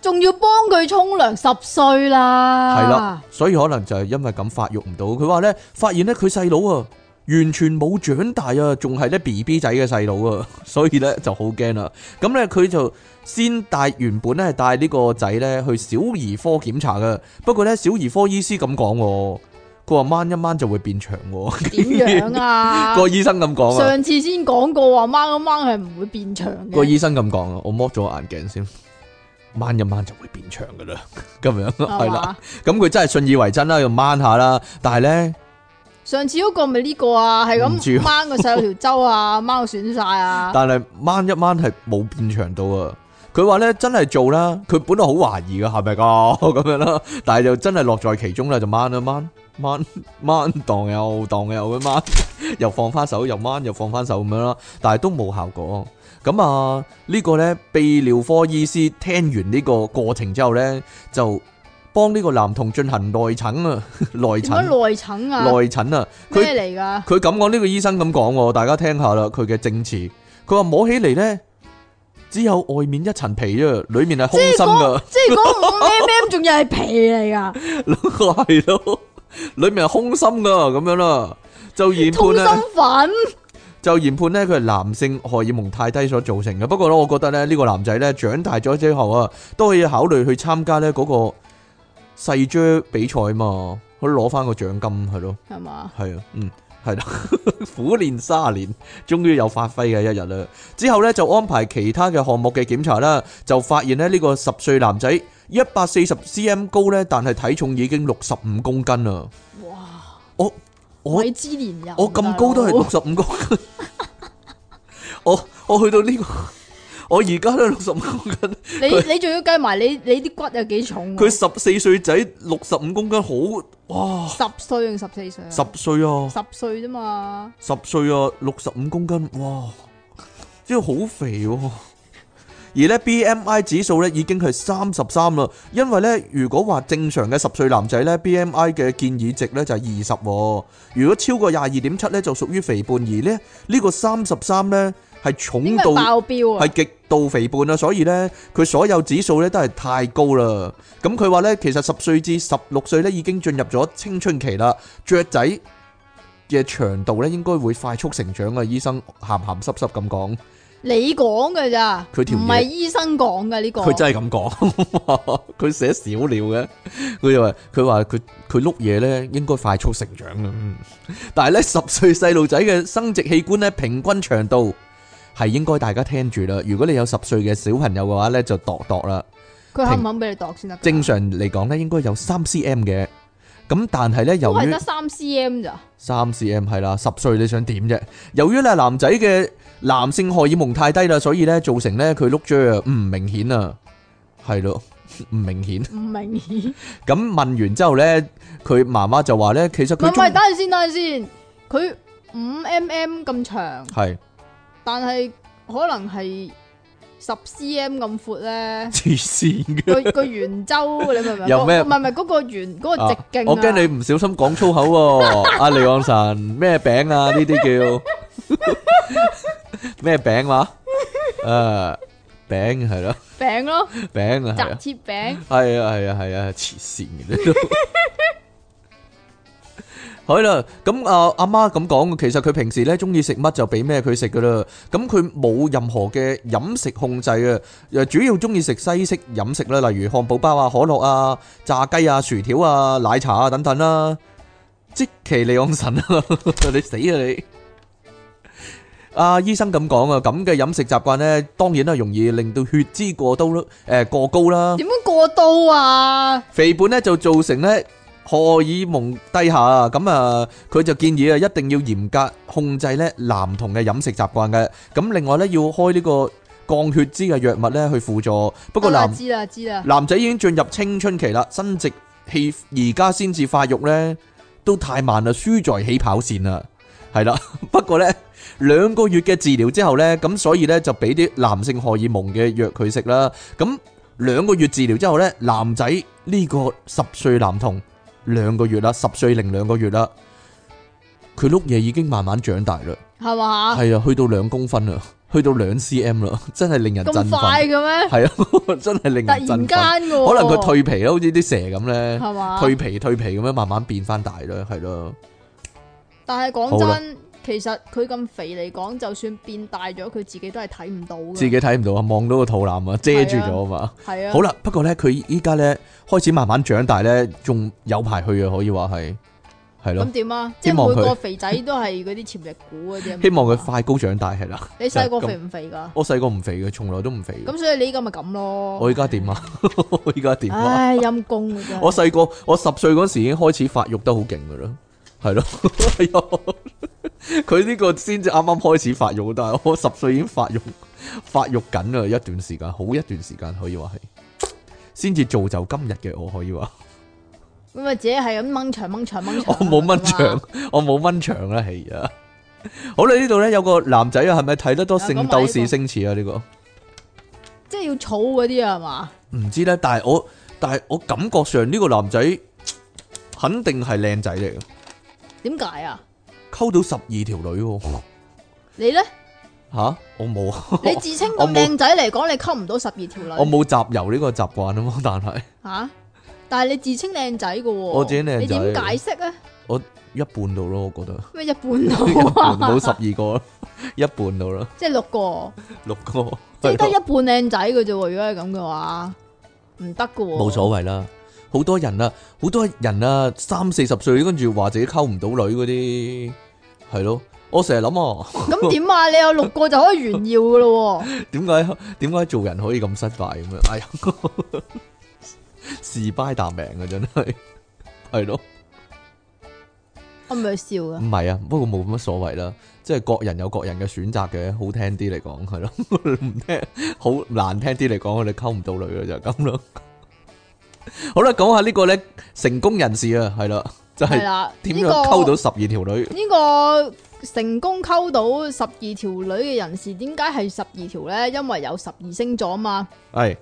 B: 仲要幫佢沖涼十歲啦，
A: 係啦，所以可能就係因為咁發育唔到。佢話咧，發現咧佢細佬啊，完全冇長大啊，仲係咧 B B 仔嘅細佬啊， [laughs] 所以咧就好驚啦。咁咧佢就先帶原本咧係帶呢個仔咧去小兒科檢查嘅，不過咧小兒科醫師咁講喎，佢話掹一掹就會變長喎，
B: 點樣
A: [laughs]
B: 啊？
A: 個醫生咁講啊，
B: 上次先講過話掹一掹係唔會變長嘅。
A: 個醫生咁講啊，我剝咗眼鏡先，掹一掹就會變長噶啦，咁樣
B: 係
A: 係啦。
B: 嘛？
A: 咁佢真係信以為真啦，要掹下啦，但係咧。
B: 上次嗰個咪呢個啊，係
A: 唔知
B: 咁
A: 啊
B: 掹個細路條周啊，掹到損晒啊，
A: 但係掹一掹係冇變長到啊！佢話咧真係做啦，佢本來好懷疑噶，係咪噶 [laughs] 咁樣啦？但係就真係樂在其中啦，就掹啦掹掹掹，當又當又咁掹， [laughs] 又放翻手，又掹又放翻手咁樣啦。但係都冇效果。咁啊，呢個呢，泌尿科醫師聽完呢個過程之後呢，就幫呢個男童進行內診啊，內
B: 點
A: 診
B: 樣內診啊？
A: 內診啊，佢
B: 咩。嚟㗎？
A: 佢咁講呢個醫生咁講喎，大家聽下啦，佢嘅證詞，佢話摸起嚟呢，只有外面一層皮啫，裏面係空心噶，
B: 即係嗰五 mm 仲要係皮嚟
A: [laughs]
B: 㗎，
A: 係咯，裏面係空心噶，咁樣啦，就研判啊
B: 通
A: 呢，
B: 心粉
A: 就研判呢，佢係男性荷爾蒙太低所造成嘅。不過呢，我覺得呢，呢個男仔呢，長大咗之後啊，都可以考慮去參加呢嗰個細啫比賽嘛，可以攞翻個獎金係咯。
B: 係嘛？
A: 系啊，嗯，系 [laughs] 啦，苦練三年，終於有發揮嘅一日啦。之後呢，就安排其他嘅項目嘅檢查啦，就發現咧呢個十歲男仔一百四十 cm 高呢，但係體重已經六十五公斤啦。
B: 哇！
A: 我我
B: 鬼知連人，啊
A: 我咁高都係
B: 大佬
A: 六十五公斤， [laughs] 我我去到呢、個，我而家都六十五公斤。
B: 你你仲要計埋你你啲骨有幾重啊？
A: 佢十四歲仔六十五公斤，好哇，
B: 十歲定十四歲啊？
A: 十歲啊！
B: 十歲啫嘛，
A: 十歲啊，六十五公斤，哇，真係好肥喎、而呢 BMI 指數呢已經係三十三啦，因為呢，如果話正常嘅十歲男仔呢 BMI 嘅建議值呢就係二十喎，如果超過廿二點七呢，就屬於肥胖，而呢，呢個三十三呢係重
B: 點解
A: 到
B: 爆標啊？
A: 係極度肥胖啦，所以呢，佢所有指數呢都係太高啦。咁佢話呢，其實十歲至十六歲呢已經進入咗青春期啦，雀仔嘅長度呢應該會快速成長啊！醫生鹹鹹濕濕咁講，
B: 你講㗎咋？
A: 佢條嘢
B: 唔係醫生講㗎呢個，
A: 佢真係咁講， [laughs] 佢寫少了嘅，佢就話佢話佢佢碌嘢呢應該快速成長嘅，嗯但係呢，十歲細路仔嘅生殖器官呢，平均長度。係應該大家聽住啦，如果你有十歲嘅小朋友嘅話呢，就度度啦。
B: 佢肯唔肯俾你度先得㗎？
A: 正常嚟講咧，應該有三 cm 嘅。咁但係咧，由
B: 都係
A: 於
B: 得三 cm 咋？
A: 三 cm 係啦，十歲你想點啫？由於咧男仔嘅男性荷爾蒙太低啦，所以咧造成咧佢碌啫啊，唔明顯啊，係咯， [laughs] 唔明顯。
B: 唔明顯。
A: 咁問完之後咧，佢媽媽就話咧，其實
B: 唔係
A: 佢
B: 唔
A: 中
B: 係，等陣先，等陣先。佢五 mm 咁長，
A: 係。
B: 但係可能係十 cm 咁闊咧
A: 黐線嘅。 [laughs]
B: 個個圓周，你明唔明？
A: 有咩哦
B: 嗰個唔係唔係嗰個圓嗰個直徑啊
A: 我驚你唔小心講粗
B: [laughs]
A: 口喎，阿離岸神咩餅啊？呢
B: [laughs]
A: 啲叫咩餅話？誒餅係咯，
B: 餅咯，
A: 餅啊係
B: 雜
A: 啊。
B: 切餅。
A: [laughs] 系啊系啊系啊，黐線嘅你都系啦，咁啊阿媽咁講，其實佢平時咧中意食乜就俾咩佢食噶啦，咁佢冇任何嘅飲食控制啊，誒主要中意食西式飲食啦，例如漢堡包啊、可樂啊、炸雞啊、薯條啊、 [laughs] 奶茶啊等等啦、即其利昂神啊，你死啊你！阿醫生咁講啊，咁嘅飲食習慣咧，當然啦，容易令到血脂過多啦，誒、過高啦。
B: 点样过刀啊？
A: 肥胖咧就造成咧荷爾蒙低下啊，咁啊佢就建議啊一定要嚴格控制咧男童嘅飲食習慣嘅，咁另外咧要開呢個降血脂嘅藥物咧去輔助，不過
B: 得啦
A: 男
B: 啊知啦知啦，
A: 男仔已經進入青春期啦，生殖器而家先至發育呢，都太慢啦，輸在起跑線啦，係啦。 [laughs] 不過呢，兩個月嘅治療之後呢，咁所以呢，就俾啲男性荷爾蒙嘅藥佢食啦。咁兩個月治療之後呢，男仔呢個十歲男童兩個月啦，十歲零兩個月啦，佢碌嘢已經慢慢長大啦，
B: 系嘛？
A: 係啊，去到兩公分啦，去到兩 cm 啦，真係令人振
B: 咁快
A: 奮，
B: 嘅咩？
A: 係啊， [laughs] 真係令
B: 突
A: 人
B: 然
A: 振
B: 间
A: 奮。
B: 嘅喎，
A: 可能佢蜕皮啦，好似啲蛇咁咧，
B: 系嘛？
A: 蜕皮蜕皮咁樣慢慢變翻大啦，係咯，
B: 啊但系
A: 好
B: 讲
A: 啦
B: 真，其实佢咁肥嚟讲，就算变大咗，佢自己都系睇唔到嘅。
A: 自己睇唔到啊，望到個肚腩啊，遮住咗啊嘛。
B: 系啊，
A: 好啦，不過咧，佢依家咧開始慢慢長大咧，仲有排去啊，可以話係係咯
B: 咁。点啊？
A: 希
B: 即系
A: 望
B: 每
A: 佢
B: 个肥仔都系嗰啲潜力股嗰啲啊
A: [laughs]
B: 嘛。
A: 希望佢快高長大係啦。
B: 你细
A: 就
B: 个
A: 係咁
B: 肥唔肥噶？
A: 我細個唔肥嘅，從來都唔肥嘅。
B: 咁所以你依家咪咁咯。
A: 我依家點啊？ [laughs] 我依家點啊？
B: 唉，阴公嘅啫。
A: 我細個，我十歲嗰時已經開始發育得好勁噶啦，係咯， [laughs] 係啊，佢呢個先至啱啱開始發育，但係我十歲已經發育發育緊啦，一段時間，好一段時間可以話係，先至造就今日嘅我可以話，
B: 咁咪自己係咁掹長掹長掹長。
A: [laughs] 我冇掹長，我冇掹長啦，係啊。好啦，呢度咧有個男仔啊，係咪睇得多
B: 啊
A: 聖
B: 講埋
A: 鬥
B: 呢
A: 士
B: 個
A: 星矢啊？呢個
B: 即係要儲嗰啲啊係嘛？
A: 唔知咧，但係我但係我感覺上呢個男仔肯定係靚仔嚟嘅，
B: 點解啊？
A: 溝到十二條女喎。
B: 你咧，
A: 吓、我冇， [laughs]
B: 你自稱
A: 我冇
B: 咁靚仔嚟講，你溝唔到十二條女。
A: 我冇集郵呢個習慣啊嘛，但係
B: 吓，但係你自稱靚仔嘅喎。我
A: 我自己靚仔啊
B: 你點解釋咧？
A: 一半到咯，我覺
B: [laughs]
A: 得
B: 咩一半到
A: 一半
B: 啊？
A: 冇十二個啦，一半到啦，
B: [laughs] 即係六個，
A: 六個
B: 即係得
A: 係
B: 一
A: 咯
B: 半靚仔嘅啫喎。如果係咁嘅話，唔得嘅喎。
A: 冇所謂啦。好多人啊，好多人啊，三四十歲跟住話自己溝唔到女嗰啲，係咯。我成日諗啊，
B: 咁點啊？你有六個就可以炫耀嘅咯喎。
A: [laughs] 點解點解做人可以咁失敗咁樣？哎呀， [laughs] 是拜啖命啊，真係係咯。
B: 我咪笑嘅。
A: 唔係啊，不過冇乜所謂啦，即係各人有各人嘅選擇嘅，好聽啲嚟講係咯， [laughs] 唔聽好難聽啲嚟講，我哋溝唔到女嘅就係咁咯。 [laughs] 好啦，講下呢個咧成功人士啊，係啦，就
B: 係
A: 係
B: 啦，
A: 點
B: 呢
A: 樣
B: 個
A: 溝到十二條女？
B: 呢個成功溝到十二條女嘅人士，點解係十二條呢？因為有十二星座啊嘛，
A: 係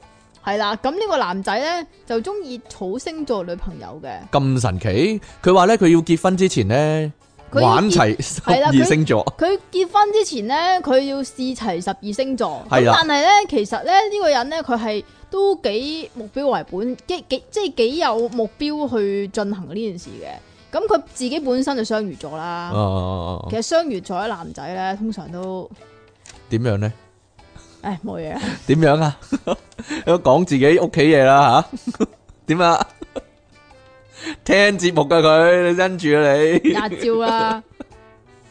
B: 係啦。咁呢個男仔呢，就中意草星座女朋友嘅，
A: 咁神奇，佢話咧佢要結婚之前咧
B: 佢要
A: 玩
B: 結
A: 齊十
B: 係啦
A: 二
B: 佢
A: 星座，
B: 佢結婚之前呢，佢要試齊十二星座。
A: 係
B: 咁
A: 啦
B: 但係呢，其實呢，呢、個人呢，佢係都幾目標為本，幾幾即係幾有目標去進行呢件事嘅。咁佢自己本身就雙魚座啦。
A: 啊
B: 其實雙魚座嘅男仔呢，通常都，
A: 點樣咧？
B: 唉冇嘢啊。 [laughs]
A: 點樣啊？ [laughs] 講自己屋企嘢啦吓， [laughs] 點啊？聽節目噶佢，你跟住啊你。
B: 辣椒啦，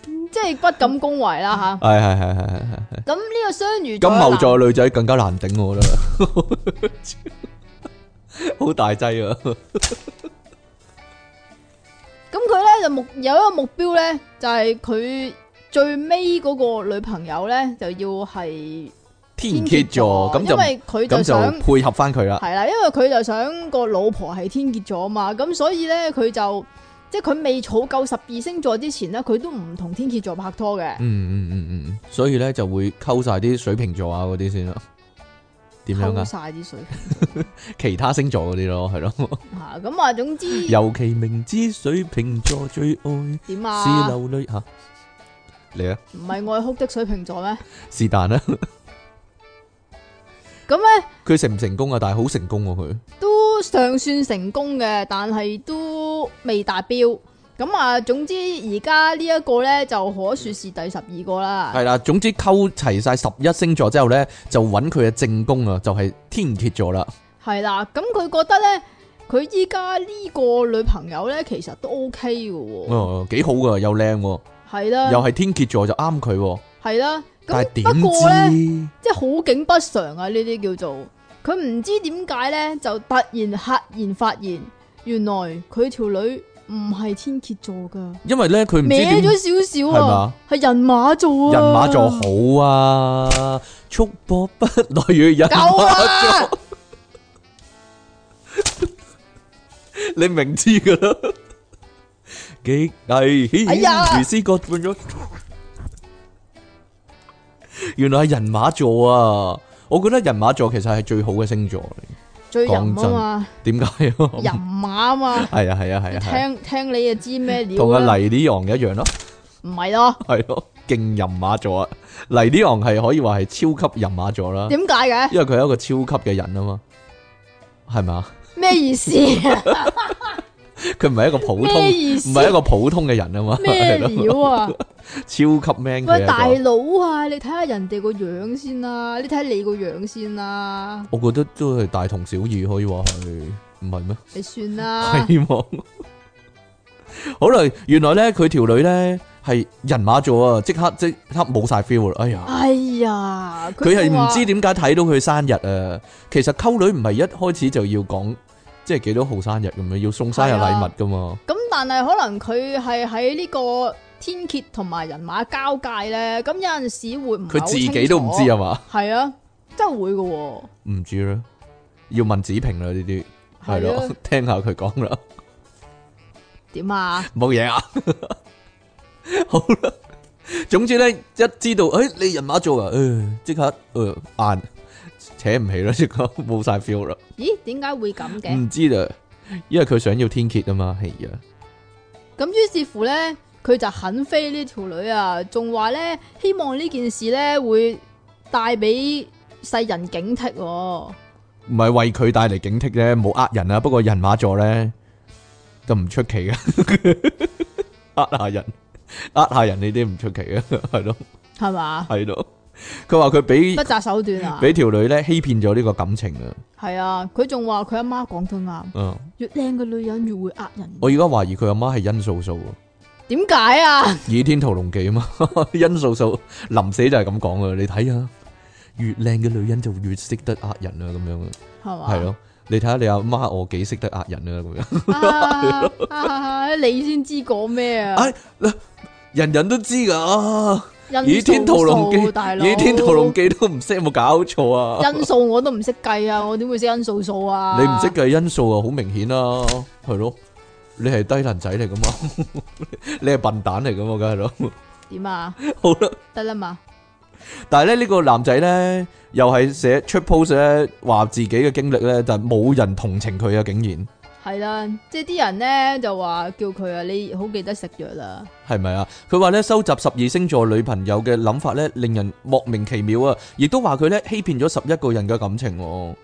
B: 即系不敢恭維啦
A: [laughs]
B: 吓。
A: 係係係係係係。
B: 咁呢個雙魚
A: 金
B: 座
A: 牛
B: 嘅
A: 座女仔更加難頂，我覺得 [laughs] 好大 [laughs] 劑啊！
B: 男，咁佢咧就目有一個目標咧，就係佢最尾嗰個女朋友咧就要係
A: 天蝎座咁
B: 因
A: 就
B: 為佢就
A: 咁
B: 想
A: 就配合翻佢啦。
B: 係啦，因為佢就想個老婆係天蝎座啊嘛，咁所以咧佢就即係佢未儲夠十二星座之前咧，佢都唔同天蝎座拍拖嘅，
A: 嗯嗯嗯嗯嗯，所以咧就會溝晒啲水瓶座啊嗰啲先啦。點樣
B: 溝
A: 啊？
B: 晒啲水
A: 其他星座嗰啲咯，係咯。
B: 吓，咁啊總之
A: 尤其明知水瓶座最愛
B: 點
A: 是
B: 啊？
A: 流淚吓，嚟啊！
B: 唔係愛哭的水瓶座咩？
A: 是但啦， [laughs]
B: 咁咧。
A: 佢成唔成功啊？但係好成功喎佢。
B: 都尚算成功嘅，但系都未達標。咁咁啊，總之而家呢一個咧就可說是第十二個啦
A: 系。啦，總之溝齊晒十一星座之後呢，就揾佢嘅正宮啊，就係天蝎座啦。
B: 係啦，咁佢覺得咧，佢依家呢個女朋友咧其實都 OK 嘅喎。
A: 哦，幾好噶，又靚喎，
B: 係啦，
A: 又係天蝎座就啱佢喎。
B: 係啦。
A: 但
B: 嗯咁
A: 係點
B: 不過咧，
A: 知
B: 即係好景不常啊！呢啲叫做佢唔知點解咧，就突然赫然發現，原來佢條女唔係天蝎座㗎，
A: 因為呢，佢唔知點
B: 歪咗少少啊，係人馬座啊，
A: 人馬座好啊，束縛不來與人
B: 夠
A: 馬 [laughs]
B: 啊！
A: 你明知噶啦， [laughs] 幾危險。
B: 哎呀
A: 如斯覺變咗，原來係人馬座啊！我覺得人馬座其實係最好嘅星座嚟，
B: 最淫啊嘛，
A: 點解啊？
B: 淫馬啊嘛，
A: 係啊 [laughs] 係啊係啊係啊，
B: 聽聽啊你就知咩料
A: 同
B: 啦
A: 阿，黎呢昂一樣咯，
B: 唔係咯？
A: 係咯，勁人馬座啊！黎呢昂係可以話係超級人馬座啦，
B: 點解嘅？
A: 因為佢係一個超級嘅人啊嘛，係咪啊？
B: 咩意思啊？
A: 佢唔係一個普通，
B: 咩意
A: 唔
B: 思？
A: 係一個普通嘅人啊嘛，
B: 咩
A: 係咯 [laughs]
B: 料啊？
A: 超級 man
B: 喂，大
A: 嘅一個。
B: 佬啊，你睇下人哋個樣先啦，你睇下你個樣先啦，
A: 我覺得都係大同小異，可以話係，唔係咩？
B: 你算
A: [laughs]
B: 啦。
A: 希望好啦，原來咧佢條女咧係人馬座啊，即刻即刻冇晒 feel 啦！哎呀，
B: 哎呀，
A: 佢係
B: 仲
A: 唔
B: 話
A: 知點解睇到佢生日啊！其實溝女唔係一開始就要講即係幾多號生日咁樣，要送生日
B: 啊
A: 禮物噶嘛。
B: 咁，但係可能佢係喺呢個天蝎同埋人馬交界咧，咁有陣時會唔係
A: 佢
B: 好
A: 自己
B: 清
A: 都唔
B: 楚
A: 知，啊嘛，
B: 係啊，真係會嘅喎，
A: 唔知啦，要問子平啦呢啲係
B: 係
A: 咯
B: 啊，，
A: [laughs] 聽下佢講啦。
B: 點啊？
A: 冇嘢啊。 [laughs] 好啦，總之咧，一知道，诶、你人馬座啊，诶、即刻诶硬、扯唔起啦，即刻冇晒 feel 啦，
B: 咦，點解會咁嘅？
A: 唔知啦，因為佢想要天蝎啊嘛，係啊，
B: 咁於是乎咧，佢就肯飛呢條女啊，仲話咧希望呢件事咧會帶俾世人警惕、喎。
A: 唔係為佢帶嚟警惕啫，冇呃人啊，不過人馬座咧就唔出奇嘅， [laughs] 呃下人，呃下人呢啲唔出奇嘅，係咯，
B: 係嘛？
A: 係咯，佢話佢俾
B: 不擇手段啊！
A: 俾條女咧欺騙咗呢個感情啊，
B: 係啊，佢仲話佢阿媽講得啱，
A: 嗯，
B: 越靚嘅女人越會呃人。
A: 我而家懷疑佢阿媽係殷素素啊。
B: 點解啊？
A: 倚天屠龍記啊嘛， [laughs] 殷素素臨死就係咁講啊！你睇下，越靚嘅女人就越識得呃人啊，咁樣啊，
B: 係嘛？
A: 係咯。你睇下你阿媽，我幾識得呃人啊，咁樣， [laughs]
B: 啊啊你先知講咩啊？
A: 哎人人都知噶。啊
B: 因
A: 倚天屠龍記
B: 大，佬，
A: 倚天屠龍記都唔識，有冇搞錯
B: [laughs]
A: 啊？
B: 因數我都唔識計啊，我點會識因數數啊？
A: 你唔識計因素啊，好明顯啦，係咯。你係低能仔嚟噶嘛？ [laughs] 你係笨蛋嚟噶嘛？梗係咯。
B: 點啊？
A: 好啦。
B: 得啦嘛，
A: 但系咧呢個男仔咧，又係寫出 post 咧，話自己嘅經歷咧，但係冇人同情佢啊，竟然
B: 係啦，即係啲人咧就話叫佢啊，你好記得食藥啦。
A: 係咪啊？佢話咧收集十二星座女朋友嘅諗法咧，令人莫名其妙啊！亦都話佢咧欺騙咗十一個人嘅感情喎，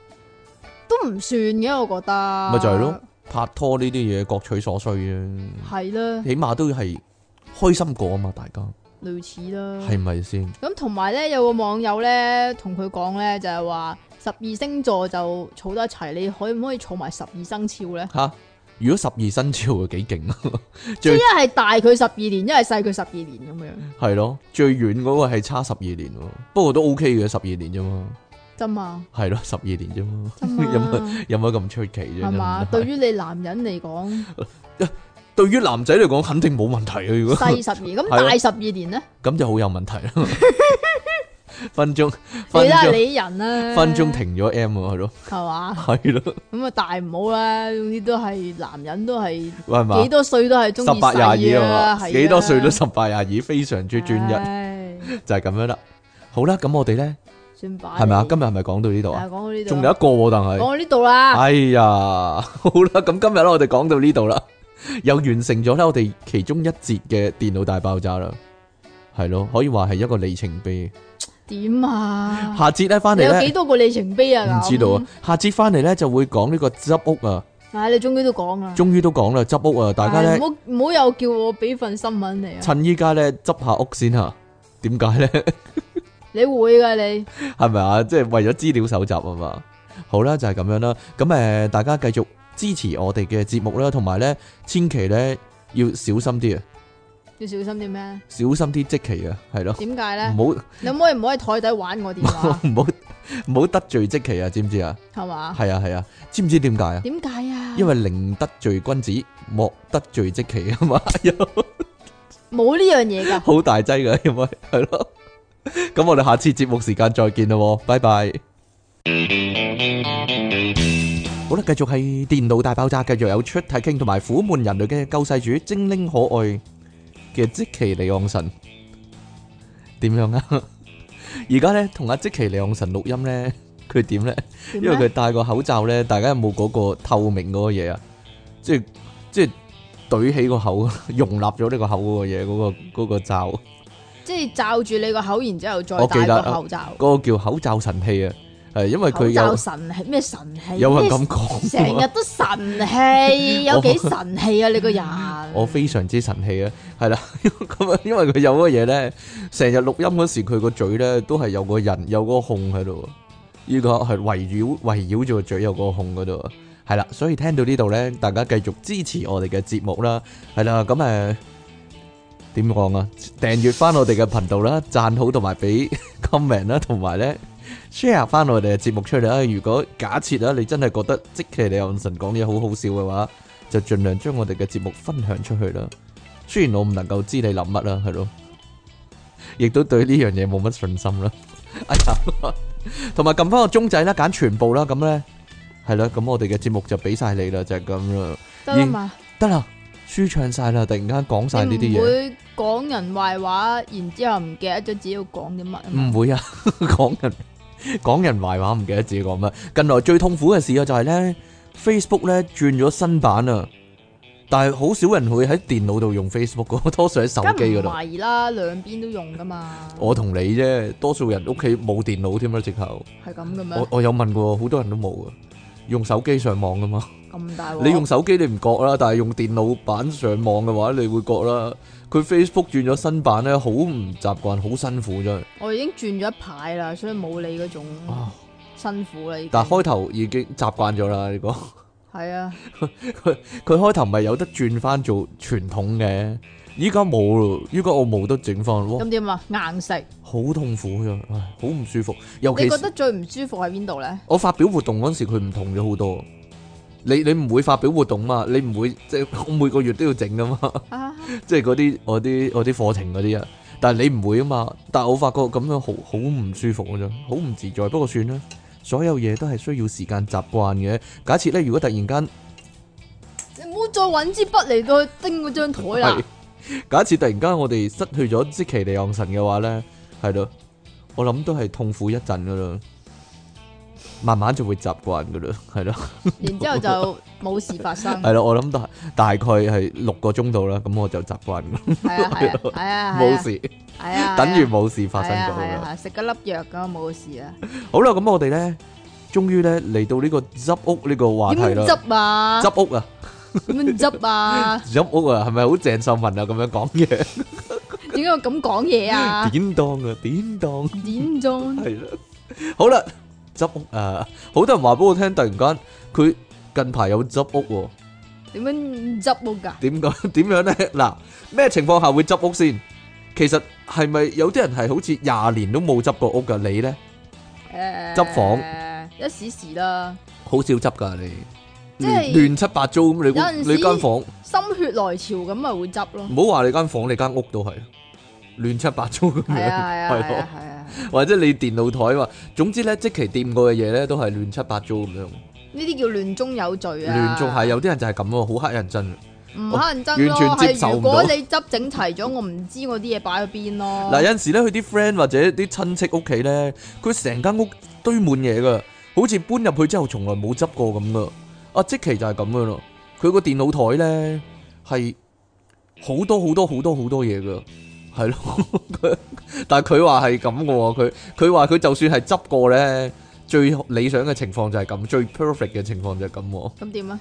B: 都唔算嘅，我覺得。
A: 咪就係咯，拍拖呢啲嘢各取所需啫，
B: 係啦，
A: 起碼都係開心過啊嘛，大家
B: 類似啦。
A: 係咪先？
B: 咁同埋咧，有個網友咧同佢講咧，就係話十二星座就儲得一齊，你可唔可以儲埋十二生肖咧？
A: 吓，如果十二生肖啊，幾勁啊！
B: 即
A: [laughs]
B: 係
A: 最
B: 一係大佢十二年，一係細佢十二年咁樣，
A: 係咯，最遠嗰個係差十二年喎，不過都 OK 嘅，十二年啫嘛。
B: 真嘛？
A: 係咯，十二年啫嘛，
B: 真
A: [laughs] 有冇
B: 嘛？
A: 有乜咁出奇啫？
B: 係嘛？
A: 真
B: 對
A: 係
B: 於你男人嚟講，
A: 對於男仔嚟講，肯定冇問題啊！如果
B: 細十二咁
A: 係咯
B: 大十二年咧，
A: 咁就好有問題
B: [laughs]
A: 啦。分鐘分
B: 你啦
A: 鐘
B: 你人啦，
A: 分鐘停咗 M 啊，係咯，
B: 係嘛？
A: 係咯，
B: 咁啊大唔好啦，總之都係男人都係
A: 係
B: 幾
A: 嘛？
B: 多歲都係中意
A: 十八廿
B: 細
A: 二啊
B: 啊
A: 嘛，
B: 係
A: 幾多歲都
B: 啊
A: 十八廿二，非常之專一，
B: 唉
A: 就係咁樣啦。好啦，咁我哋咧
B: 算吧，
A: 係咪啊？
B: 你
A: 今日係咪講到呢度
B: 係
A: 啊？
B: 講到呢度，
A: 仲有一個喎，但係。
B: 講到呢度啦，
A: 哎呀，好啦，咁今日咧，我哋講到呢度啦，又完成咗咧我哋其中一節嘅電腦大爆炸啦，係咯，可以話係一個里程碑。
B: 點啊？
A: 下節咧翻
B: 你
A: 嚟
B: 有幾
A: 咧，
B: 多個里程碑啊？
A: 唔知道啊，下節翻嚟咧就會講呢個執屋啊，
B: 唉，你終於都講啦，
A: 終於都講啦，執屋啊，大家咧
B: 唉唔好唔好又叫我俾份新聞你啊！
A: 趁依家咧執下屋先吓， [laughs] 點解咧？
B: 你會噶你，
A: 系咪啊？即系为咗資料搜集啊嘛。好啦，就係咁樣啦。咁诶，呃大家繼續支持我哋嘅節目啦，同埋咧，千祈咧要小心啲啊，
B: 要小心啲咩？啊
A: 小心啲即期啊，係咯，
B: 點解啊咧？
A: 唔
B: 你可唔可以唔好喺台底玩我電
A: 好
B: 話？
A: [laughs] 唔好唔好得罪即期啊，知唔知啊？
B: 係嘛？
A: 係啊係啊，知唔知點解啊？
B: 點解啊？
A: 因為寧得罪君子，莫得罪即期啊嘛，
B: 冇呢樣嘢㗎。
A: [laughs] 好大劑噶，因為 [laughs] 係咯。咁我哋下次節目時間再見啦喎，拜拜。好啦，繼續係電腦大爆炸，繼續有出體傾同埋苦悶人類嘅救世主精靈可愛嘅即奇利昂神點樣啊？ [laughs] 而家咧同阿即奇利昂神錄音咧，佢點咧？
B: 點啊
A: 因為
B: 咧
A: 佢戴個口罩咧，大家有冇嗰個透明嗰個嘢啊？即係即係懟起個口， [laughs] 容納咗呢個口嗰個嘢，嗰、個嗰個罩，
B: 即係罩住你個口，然之後
A: 我
B: 再
A: 記得
B: 戴個
A: 啊
B: 口罩。
A: 嗰、個叫口罩神器啊！係因為佢
B: 口罩
A: 有
B: 神器咩神器？
A: 有人
B: 咩
A: 咁講
B: 成日都
A: [laughs]
B: 神氣，有幾神氣啊！你個人，
A: 我非常之神氣啊，係啦， [laughs] 咁啊，因為佢有嗰個嘢咧，成日錄音嗰時，佢個嘴咧都係有個人有個控喺度，呢個係圍繞圍繞住個嘴有個控嗰度，係啦，所以聽到呢度咧，大家繼續支持我哋嘅節目啦，係啦，咁誒點講啊？訂閱翻我哋嘅頻道啦，讚好同埋俾 [laughs] comment 啦，同埋咧 share 翻我哋嘅節目出嚟啦。如果假設啊啦，你真係覺得即其李昂臣講嘢好好笑嘅話， [laughs] 就盡量將我哋嘅節目分享出去啦。雖然我唔能夠知你諗乜啦，係咯，亦都對呢樣嘢冇乜信心啦。哎呀，同埋撳翻個鐘仔啦，揀全部啦，咁咧係啦，咁我哋嘅節目就俾晒你啦，就係咁啦，
B: 得啦嘛？
A: 得啦，舒暢晒啦，突然間講晒呢啲
B: 你唔
A: 嘢。
B: 會講人壞話，然之後唔記得咗自己要講啲乜啊嘛？
A: 唔會啊， [laughs] 講人講人壞話，唔記得自己講乜。近來最痛苦嘅事啊，就係咧 Facebook 咧轉咗新版啊，但係好少人會喺電腦度用 Facebook 嘅， [laughs] 多數喺手
B: 梗
A: 機嗰
B: 唔
A: 度。
B: 係啦，兩邊都用噶嘛。
A: 我同你啫，多數人屋企冇電腦添啦，啊直頭。
B: 係咁嘅
A: 我
B: 咩？
A: 我有問過，好多人都冇啊，用手機上網噶嘛。
B: 咁大鑊？
A: 你用手機你唔覺啦，但係用電腦版上網嘅話，你會覺啦。佢 Facebook 轉咗新版咧，好唔習慣，好辛苦真係。
B: 我已經轉咗一排啦，所以冇你嗰種
A: 啊
B: 辛苦啦。已經
A: 但係開頭已經習慣咗啦，呢個。
B: 係啊，
A: 佢開頭咪有得轉翻做傳統嘅，依家冇咯，依家我冇得整翻，哇，
B: 咁點啊？硬食，
A: 好痛苦呀，唉，好唔舒服。尤
B: 你
A: 其
B: 覺
A: 是
B: 得最唔舒服喺邊度咧？
A: 我發表活動嗰時，佢唔同咗好多。你你唔會發表活動嘛？你唔會即係 [laughs] 我每個月都要整噶嘛？ [laughs]
B: 啊，
A: 即係嗰啲我啲我啲課程嗰啲啊。但係你唔會啊嘛。但係我發覺咁樣好好唔舒服嗰種，好唔自在。不過算啦，所有嘢都係需要時間習慣嘅。假設咧，如果突然間
B: 你唔好再揾支筆嚟到去叮嗰張台啦
A: 係。假設突然間我哋失去咗即其利昂神嘅話咧，係咯，我諗都係痛苦一陣噶啦，慢慢就會習慣噶啦，係咯，
B: 然之後就冇事
A: [laughs]
B: 發生，係
A: 係咯，我諗大大概係六個鐘度啦，咁我就習慣㗎
B: 啊係啊係啊，
A: 冇，事，
B: 係啊，
A: 等於冇事發生過
B: 係啊係
A: 啦。
B: 啊，食咗粒藥咁冇事啊，
A: 好啦，咁我哋咧，終於咧嚟到呢個執屋呢個話
B: 點
A: 題啦，
B: 執啊？
A: 執屋啊，
B: 點
A: [laughs]
B: 樣執啊？
A: 執屋啊，係咪好鄭秀文啊咁樣講嘢？
B: 點解我咁講嘢啊？
A: 典當啊，典當。[laughs]
B: 點裝？
A: 系啦，好啦，執屋啊！好多人話俾我聽，突然間佢近排有執屋
B: 點樣執屋㗎？
A: 喎，點解 [laughs] 點樣咧？ [laughs] 嗱，咩情況下會執屋先？其實係咪有啲人係好似廿年都冇執過屋㗎？你咧
B: 誒，
A: 執
B: 一時時啦，
A: 好少執㗎，你
B: 即
A: 亂
B: 係
A: 亂七八糟咁。你
B: 有陣
A: 屋
B: 時
A: 你間房唔
B: 心血來潮咁咪會執咯。
A: 好話你間房，你間屋都係亂七八糟咁樣，
B: 係
A: [laughs]
B: 啊係啊係
A: 咯
B: 啊係啊！
A: 或者你電腦台嘛。總之咧，即期掂過嘅嘢咧，都係亂七八糟咁樣。
B: 呢啲叫亂中有序啊！
A: 亂做係有啲人就係咁喎，好乞人憎。
B: 唔乞人憎咯，
A: 完全接受
B: 係
A: 唔
B: 如
A: 到
B: 果你執整齊咗，我唔知我啲嘢擺喺邊咯。
A: 嗱有陣時咧，佢啲 friend 或者啲親戚屋企咧，佢成間屋堆滿嘢噶，好似搬入去之後從來冇執過咁噶。阿即奇就係咁噶咯，佢個電腦台咧係好多好多好多好多嘢噶，係咯。 [laughs] 佢但係佢話係咁噶喎，佢佢話佢就算係執過咧，最理想嘅情況就係咁，最 perfect 嘅情況就係咁喎。
B: 咁點啊？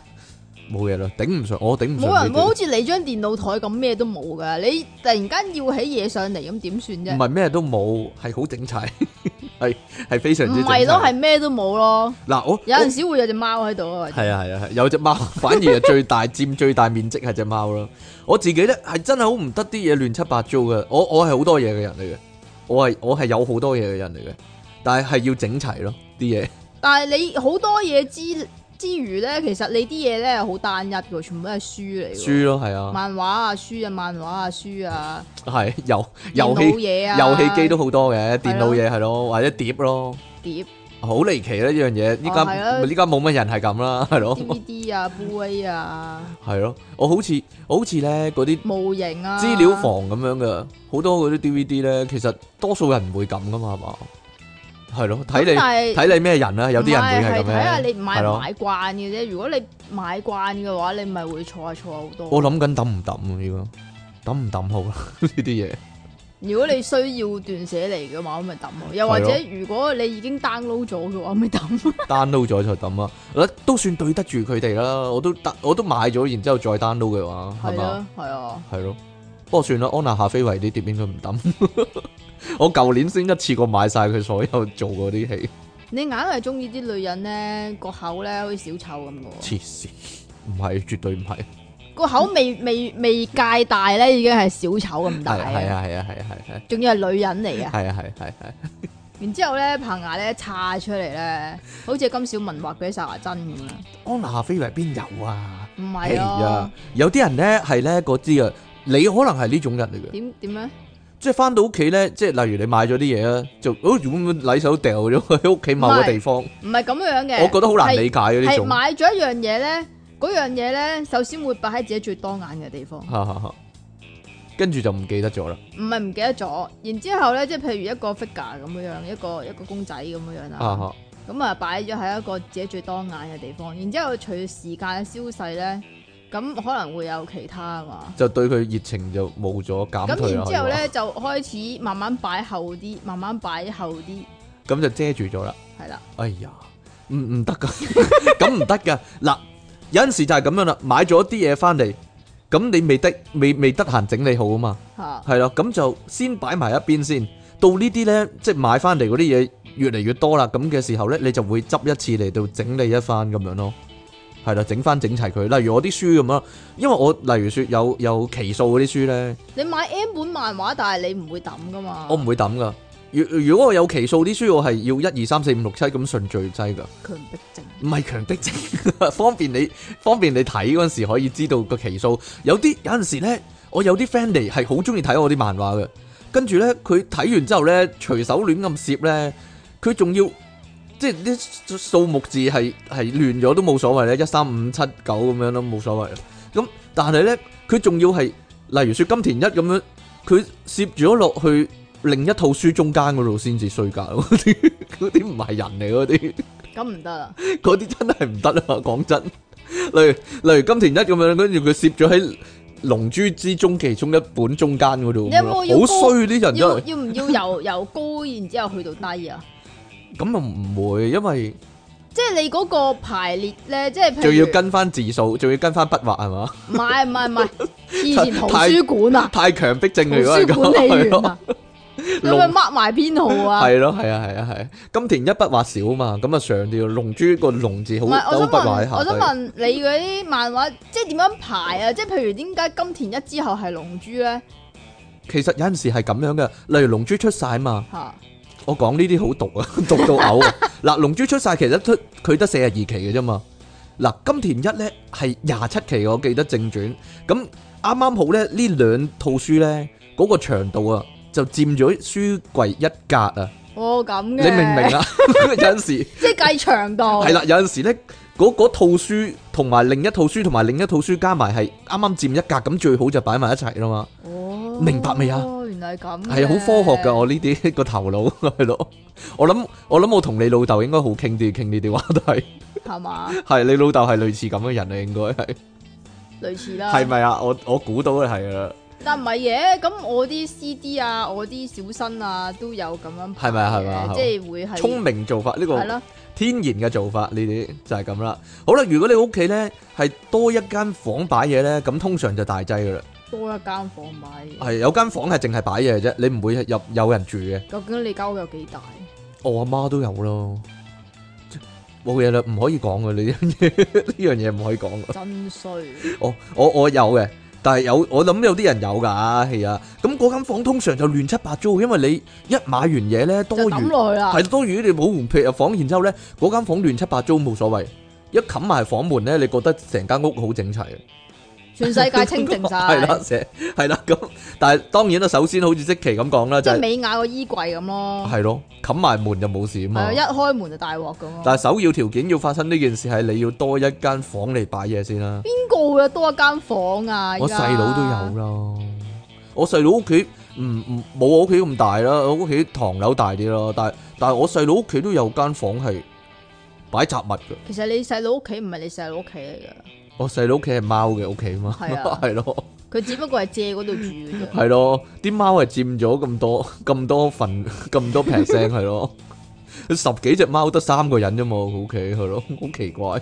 A: 冇嘢啦，頂唔順，我頂唔
B: 冇
A: 順呢
B: 人會好
A: 啲。
B: 似你張電腦台咁咩都冇噶，你突然間要起嘢上嚟咁點算
A: 唔
B: 啫？
A: 係咩都冇，係好整齊， [laughs] 係係非常之整
B: 唔
A: 齊。
B: 係咯，係咩都冇咯。
A: 嗱，我
B: 有陣時會有隻貓喺度啊，
A: 係啊係啊係，有隻貓 [laughs] 反而係最大佔最大面積係只貓啦。我自己咧係真係好唔得啲嘢亂七八糟嘅，我我係好多嘢嘅人嚟嘅，我係我係有好多嘢嘅人嚟嘅，但係係要整齊咯啲嘢。
B: 但係你好多嘢之之餘咧，其實你啲嘢咧係好單一嘅，全部都係書嚟嘅，
A: 書咯係啊，
B: 漫畫啊、書啊、漫畫啊、書啊、
A: 係遊
B: 電
A: 遊
B: 腦
A: 戲
B: 嘢啊、
A: 遊戲機都好多嘅，電腦
B: 係咯
A: 嘢係咯，或者碟咯，
B: 碟、
A: 好離奇啦呢樣嘢。依
B: 哦係啊
A: 家依家冇乜人係咁啦，係咯
B: DVD 啊、Blu-ray 啊、
A: 係咯，我好似我好似咧嗰啲。
B: 模型啊、
A: 資料房咁樣嘅，好多嗰啲 DVD 咧，其實多數人唔會咁噶嘛，係嘛？係咯，睇
B: 咁但
A: 你
B: 係
A: 睇你咩人啦，啊有啲人
B: 唔
A: 會
B: 係
A: 係咁
B: 睇下
A: 樣。
B: 你買啊
A: 係
B: 唔
A: 咯
B: 買慣嘅啫。如果你買慣嘅話，你咪會錯下錯下好多。
A: 我諗緊抌唔抌啊？呢個抌唔抌好啦？啊 [laughs] 呢啲嘢
B: 如果你需要斷捨離嘅話，咁咪抌咯。又或
A: 係咯
B: 者如果你已經 download 咗嘅話，咪抌。
A: download 咗就抌啦，嗱都算對得住佢哋啦。我都得我都買咗，然之後再 download 嘅話，係
B: 係
A: 嘛？
B: 啊，係啊。
A: 係咯，不過算啦，安娜夏菲維啲碟應該唔抌。 [laughs] 我舊年先一次過買晒佢所有做嗰啲戲，
B: 你硬係中意啲女人咧，個口咧好似小丑咁嘅喎，
A: 黐線，唔係絕對唔係。
B: 個口
A: [laughs]
B: 未未未界大咧，已經係小丑咁
A: 係
B: 大
A: 啊係
B: 啊！
A: 啊係啊係啊係啊
B: 仲要係女人嚟啊！
A: 係啊係啊係啊。
B: 然之後咧，棚牙咧叉出嚟咧，好似金小文畫俾沙牙真咁啊！
A: 安娜夏菲維邊有啊？
B: 唔係
A: 呀
B: 啊，，
A: 有啲人咧係咧嗰啲啊，你可能係呢種人嚟嘅，
B: 點點咧？
A: 即係翻到屋企咧，即係例如你買咗啲嘢啊，就好似咁禮手掉咗去屋企某個地方，
B: 唔係咁樣嘅，
A: 我覺得好難理解嘅呢
B: 係
A: 種。
B: 買咗一樣嘢咧，嗰樣嘢咧，首先會擺喺自己最當眼嘅地方，
A: 哈哈哈跟住就唔記得咗啦。
B: 唔係唔記得咗。然之後咧，即係譬如一個 figure 咁樣樣，一個一個公仔咁樣樣
A: 啊
B: 啦，
A: 哈
B: 咁啊擺咗喺一個自己最當眼嘅地方。然之後隨時間嘅消逝咧，咁可能會有其他啊嘛。
A: 就對佢熱情就冇咗減
B: 咁
A: 退啊
B: 然
A: 啦。
B: 之後
A: 可以話
B: 咧，就開始慢慢擺後啲，慢慢擺後啲，
A: 咁就遮住咗啦。
B: 係啦。
A: 哎呀，唔唔得噶， [laughs] 咁唔得噶。嗱，有陣時就係咁樣啦，買咗啲嘢翻嚟，咁你未得未未得閒整理好啊嘛，
B: 吓，
A: 係啦，咁就先擺埋一邊先。到呢啲呢，即係買翻嚟嗰啲嘢越嚟越多啦，咁嘅時候呢，你就會執一次嚟到整理一番咁樣咯。係啦，整翻整齊佢。例如我啲書咁啦，因為我例如説有有期數嗰啲書呢，
B: 你買 M 本漫畫，但係你唔會抌噶嘛？
A: 我唔會抌噶。如如果我有期數啲書，我係要一二三四五六七咁順序擠噶。
B: 強迫症。
A: 唔係強迫症， [laughs] 方便你方便你睇嗰陣時可以知道個期數。有啲有陣時咧，我有啲 friend 嚟係好中意睇我啲漫畫嘅，跟住咧佢睇完之後咧，隨手亂咁攝咧，佢仲要即係啲數目字係係亂咗都冇所謂咧，一三五七九咁樣都冇所謂啦。咁但係咧，佢仲要係例如説金田一咁樣，佢攝咗落去另一套書中間嗰度先至衰格，嗰啲嗰啲唔係人嚟嗰啲。
B: 咁唔得啊啦，
A: 嗰啲真係唔得啊！講真，例如例如金田一咁樣，跟住佢攝咗喺《龍珠之中》其中一本中間嗰度，
B: 你有冇要
A: 好衰啲人真
B: 要
A: 係。
B: 要唔要由由高然之後去到低啊？
A: 咁又唔會，因為
B: 即係你嗰個排列咧，即係譬
A: 仲要
B: 如
A: 跟翻字數，仲要跟翻筆畫係
B: [laughs]
A: 嘛？
B: 唔係唔係唔係，
A: [laughs]
B: 以前圖
A: 太
B: 書館啊，
A: 太強迫症
B: 圖
A: 啦！如果係咁，
B: 書管理
A: 係
B: 員
A: 咯
B: 啊，你咪 mark 埋編號啊？
A: 係咯，係啊，係啊，係啊。金田一筆畫少嘛，咁啊上啲咯龍珠個龍字好
B: 唔係，我
A: 多
B: 想
A: 筆畫喺
B: 問，
A: 下
B: 我想
A: 低。
B: 問你嗰啲漫畫，即係點樣排啊？即係譬如點解金田一之後係龍珠咧？
A: 其實有陣時係咁樣嘅，例如龍珠出晒嘛。
B: 吓，
A: 我講呢啲好 [laughs] 毒啊，毒到嘔啊！嗱，龍珠出晒其實出佢得四十二期嘅啫嘛。嗱，金田一咧係廿七期，我記得正傳。咁啱啱好咧，呢兩套書咧嗰、個長度啊，就佔咗書櫃一格啊！
B: 哦咁嘅，
A: 你明唔明？啊？有陣時
B: 即係計長度，
A: 係啦，有陣時咧嗰嗰套書同埋另一套書同埋另一套書加埋係啱啱佔一格，咁最好就擺埋一齊啦嘛。
B: 哦，
A: 明白未啊？
B: 原來係咁嘅，
A: 係好科學㗎，我呢啲 [laughs] 個頭腦係咯。我諗我諗我同你老豆應該好傾啲，傾呢啲話題。
B: 係嘛？
A: 係你老豆係類似咁嘅人啊，應該係
B: 類似
A: [laughs]
B: 啦，
A: 係咪啊？我我估到係啦，
B: 但唔係嘅，咁我啲 CD 啊，我啲小新啊，都有咁樣排
A: 係咪啊
B: 嘅
A: 係咪啊係咪啊
B: 即係會係
A: 聰明做法呢
B: 係
A: 個
B: 咯，
A: 天然嘅做法，呢啲就係咁啦。好啦，如果你屋企咧係多一間房擺嘢咧，咁通常就大劑噶啦。
B: 多一間房買嘢，
A: 係有間房係淨係擺嘢嘅啫，你唔會入有人住嘅。
B: 究竟你間屋有幾大？
A: 我阿媽都有咯，冇嘢啦，唔可以講嘅呢樣嘢， [laughs] 呢樣嘢唔可以講嘅。
B: 真衰，
A: 我哦我我有嘅，但係有我諗有啲人有㗎，係啊。咁嗰間房通常就亂七八糟，因為你一買完嘢咧多
B: 就
A: 餘
B: 抌。落去啦。
A: 係多餘，你冇換劈入房，然之後咧嗰間房亂七八糟冇所謂，一冚埋房門咧，你覺得成間屋好整齊。啊
B: 全世界清淨
A: [laughs] 係啦
B: 晒，，
A: 成係啦咁，但係當然啦，首先好似即期咁講啦，
B: 即
A: 就
B: 係
A: 係
B: 美雅個衣櫃咁咯。
A: 係咯，冚埋門就冇事啊
B: 係啊，
A: 嘛
B: 一。開門就大鑊咁咯。
A: 但係首要條件要發生呢件事係你要多一間房嚟擺嘢先啦。
B: 邊個會有多一間房啊？
A: 我
B: 而家
A: 細佬都有啦，我細佬屋企唔唔冇我屋企咁大啦，我屋企唐樓大啲咯，但係但係我細佬屋企都有間房係擺雜物嘅。
B: 其實你細佬屋企唔係你細佬屋企嚟噶，
A: 我細佬屋企係貓嘅屋企嘛，
B: 係啊
A: [laughs] 係咯，
B: 佢只不過係借嗰度住
A: [laughs]
B: 嘅啫。
A: 係咯，啲貓係佔咗咁多咁多份 [laughs] 咁多 percent 係咯， [laughs] 十幾隻貓得三個人啫嘛，屋企係咯， [laughs] 好奇怪，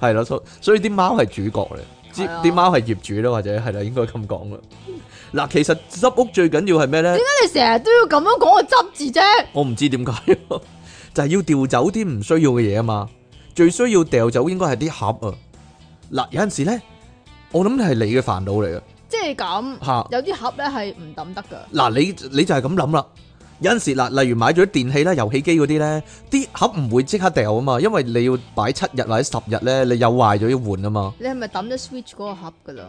A: 係咯，所所以啲貓係主角嚟，
B: 係啊
A: 啲啲貓係業主啦，或者係啦，應該咁講啦。嗱，其實執屋最緊要係咩咧？
B: 點解你成日都要咁樣講個執字啫？
A: 我唔知點解， [laughs] 就係要掉走啲唔需要嘅嘢啊嘛。最需要掉走應該係啲盒啊。嗱，有陣時咧，我諗係你嘅煩惱嚟嘅
B: 即係咁，
A: 吓。
B: 有啲盒咧係唔抌得噶，
A: 嗱，你你就係咁諗啦。有陣時嗱，例如買咗啲電器啦、遊戲機嗰啲咧，啲盒唔會即刻掉啊嘛，因為你要擺七日或者十日咧，你有壞咗要換啊嘛。
B: 你係咪抌咗 Switch 嗰個盒噶啦？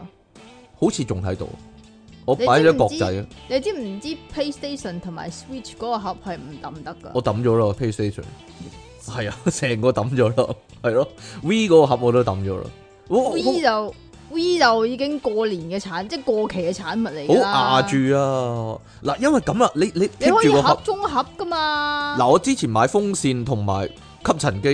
A: 好似仲喺度，我擺咗國際，
B: 你知唔知 PlayStation 同埋 Switch 嗰個盒係唔抌得噶？
A: 我抌咗咯 PlayStation。係啊， [laughs] 成個抌咗咯，係咯，V 嗰個盒我都抌咗咯。我我
B: V 就 V 就已經過年嘅產，即係過期嘅產物嚟
A: 好
B: 㗎啦
A: 壓住啊！嗱，因為咁啦，你你
B: 你
A: 貼
B: 可
A: 住
B: 以
A: 個
B: 盒
A: 盒。
B: 中盒噶嘛？
A: 嗱，我之前買風扇同埋吸塵機，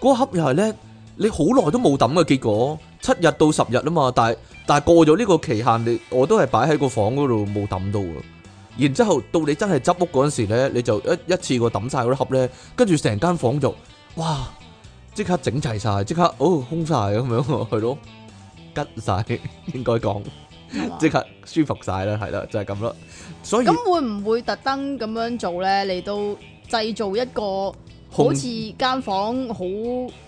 A: 嗰個盒又係咧，你好耐都冇抌嘅結果，七日到十日啊嘛。但係但係過咗呢個期限，你我都係擺喺個房嗰度冇抌到嘅。然之後到你真係執屋嗰陣時咧，你就一一次過抌晒嗰啲盒咧，跟住成間房就哇，即刻整齊晒，即刻哦空晒咁樣 [laughs] 喎，係咯，吉晒應該講，
B: 係嘛
A: 即刻舒服晒啦，係啦，就係咁啦。所以
B: 咁會唔會特登咁樣做咧？嚟到製造一個好
A: 控
B: 似間房好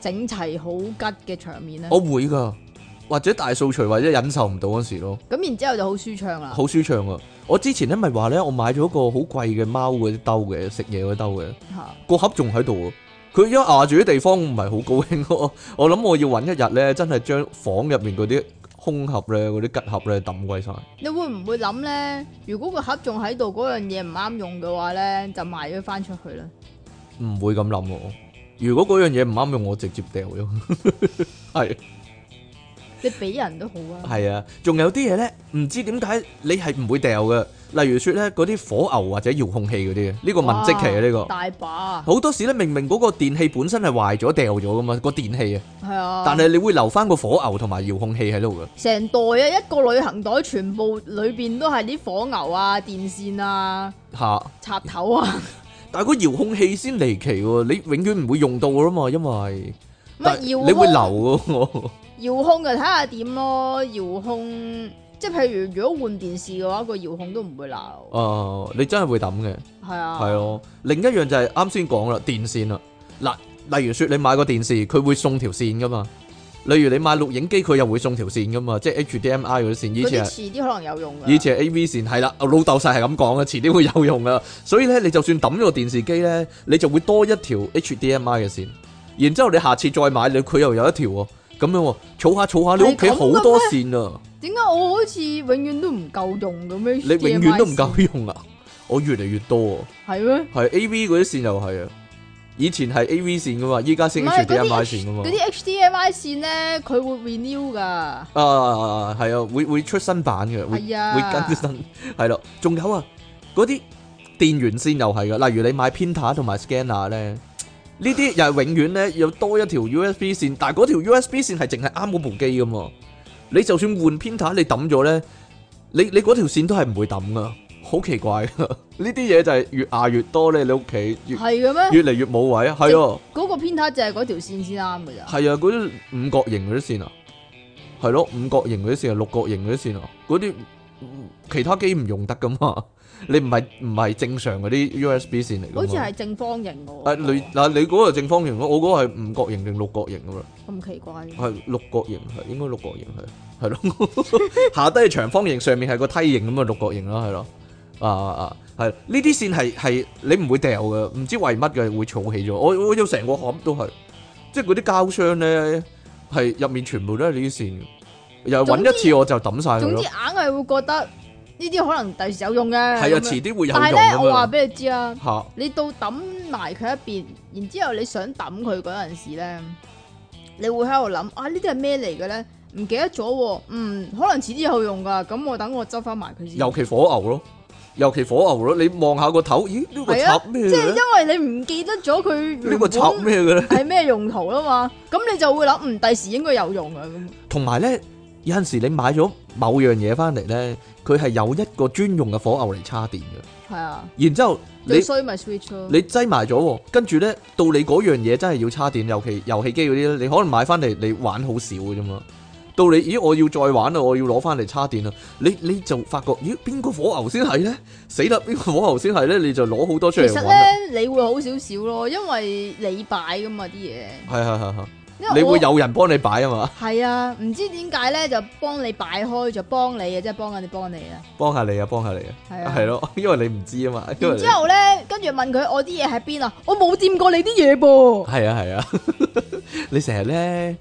B: 整齊、好吉嘅場面咧？
A: 我會噶，或者大掃除或者忍受唔到嗰時咯，
B: 咁然之後就好舒暢
A: [laughs]
B: 啦。
A: 好舒暢啊！我之前咧咪話咧，我買咗個好貴嘅貓嗰啲兜嘅，食嘢嗰啲兜嘅，
B: 嚇
A: 個盒仲喺度啊！佢一壓住啲地方唔係好高興咯，我諗我要揾一日咧，真係將房入面嗰啲空盒咧、嗰啲吉盒咧抌鬼晒。
B: 你會唔會諗咧？如果個盒仲喺度，嗰樣嘢唔啱用嘅話咧，就賣咗翻出去啦。
A: 唔會咁諗喎。如果嗰樣嘢唔啱用，我直接掉咗。係
B: 你俾人都好啊。
A: 係啊，仲有啲嘢咧，唔知點解你 [laughs] 係唔會掉嘅。例如説咧，嗰啲火牛或者遙控器嗰啲啊，呢個文職期啊，呢個
B: 哇。大把啊，
A: 好多時咧，明明嗰個電器本身係壞咗掉咗噶嘛，個電器啊，
B: 係啊。
A: 但係你會留翻個火牛同埋遙控器喺度噶，
B: 成袋啊，一個旅行袋，全部裏邊都係啲火牛啊、電線啊、
A: 吓！
B: 插頭啊。
A: 但係個遙控器先離奇喎，你永遠唔會用到噶啦嘛，因為
B: 乜
A: 但
B: 啊遙控
A: 你會留喎， [laughs]
B: 遙控就睇下點咯，遙控即係譬如如果換電視嘅話，個遙控都唔會鬧，
A: 啊，你真係會抌嘅，
B: 係啊，
A: 係，咯。另一樣就係啱先講啦，電線啦，嗱，例如説你買個電視，佢會送條線噶嘛，例如你買錄影機，佢又會送條線噶嘛，即係 HDMI 嗰啲線，以
B: 嗰啲
A: 前係。
B: 遲啲可能有用㗎。
A: 以前係 A.V. 線係啦，我老豆實係咁講嘅，遲啲會有用噶。所以咧，你就算抌咗個電視機咧，你就會多一條 HDMI 嘅線。然之後你下次再買，你佢又有一條喎。咁樣喎，儲下儲下，你屋企
B: 係咁嘅咩
A: 好多線啊！
B: 點解我好似永遠都唔夠用咁樣？
A: 你永遠都唔夠用啊！我越嚟越多
B: 係咩？
A: 喎，係 A.V. 嗰啲線又係啊。以前係 A.V. 線噶嘛，依家先
B: 唔係嗰啲
A: HDMI
B: H-
A: 線噶嘛
B: 嗰。啲 HDMI 線咧，佢會 renew 㗎，
A: 啊，係啊，會會出新版嘅，會
B: 係啊
A: 會更新，係咯。仲有啊，嗰啲電源線又係嘅，例如你買 printer 同埋 scanner 咧，呢啲又係永遠咧有多一條 USB 線，但係嗰條 USB 線係淨係啱嗰部機噶嘛。你就算換 printer，你抌咗咧，你你嗰條線都係唔會抌噶，好奇怪噶，呢啲嘢就係越壓越多咧，你屋企越
B: 系嘅咩？
A: 越嚟越冇位啊，係啊，
B: 嗰個偏袒就係嗰條線先啱嘅咋，
A: 係啊，嗰啲五角形嗰啲線啊，係咯，五角形嗰啲線啊，六角形嗰啲線啊，嗰啲嗯其他機唔用得噶嘛， [laughs] 你唔係唔係正常嗰啲 USB 線嚟㗎嘛，
B: 好似係正方形嘅喎。
A: 啊，你嗱你嗰個正方形咯，我嗰個係五角形定六角形咁啦。
B: 咁奇怪嘅，
A: 係六角形，係應該六角形係係咯， [laughs] 下低係長方形，上面係個梯形咁啊，六角形啦，係咯，啊啊啊，係呢啲線係係你唔會掉嘅，唔知為乜嘅會儲起咗，我我有成個盒都係，即係嗰啲膠箱咧係入面全部都係呢啲線嘅，又揾一
B: 總
A: 次我就抌晒佢
B: 總之
A: 咯
B: 硬，係會覺得呢啲可能第時有用
A: 係
B: 嘅。咁
A: 啊，
B: 樣
A: 遲啲會有
B: 但
A: 用
B: 係咧，我
A: 咁
B: 話
A: 樣
B: 俾你知啊，
A: 嚇，
B: 你到抌埋佢一邊，然之後你想抌佢嗰陣時咧，你會喺度諗啊呢啲係咩嚟嘅咧？唔記得咗喎，嗯，可能遲啲有用噶，咁我等我執翻埋佢先。
A: 尤其火牛咯，尤其火牛咯，你望下個頭，咦呢個
B: 係啊
A: 插咩
B: 即係
A: 嘅咧？
B: 因為你唔記得咗佢
A: 呢個插咩嘅咧？
B: 係咩用途啦嘛，咁你就會諗，嗯，第時應該有用啊咁。
A: 同埋咧，有陣時你買咗某樣嘢翻嚟咧，佢係有一個專用嘅火牛嚟插電嘅。
B: 係啊，
A: 然之後你
B: 最衰咪 Switch 咯。
A: 你擠埋咗喎，跟住咧到你嗰樣嘢真係要插電，尤其遊戲機嗰啲咧，你可能買翻嚟你玩好少嘅啫嘛。到你咦我要再玩啦，我要攞翻嚟插電啦，啊你你就發覺咦邊個火牛先係咧？死啦，邊個火牛先係咧？你就攞好多出
B: 其
A: 嚟
B: 實
A: 玩啊啦。
B: 咧，你會好少少咯，因為你擺噶嘛啲嘢。
A: 係係係係，
B: 因為
A: 你會
B: 我
A: 有人幫你擺啊嘛，
B: 係啊，唔知點解咧就幫你擺開，就幫你啊，即係幫緊你幫你啊，
A: 幫下你啊，幫下你啊，
B: 係啊。
A: 係咯，因為你唔知啊嘛，因為
B: 然
A: 你
B: 之後咧，跟住問佢我啲嘢喺邊啊？我冇掂過你啲嘢噃。
A: 系啊系啊， [laughs] 你成日咧，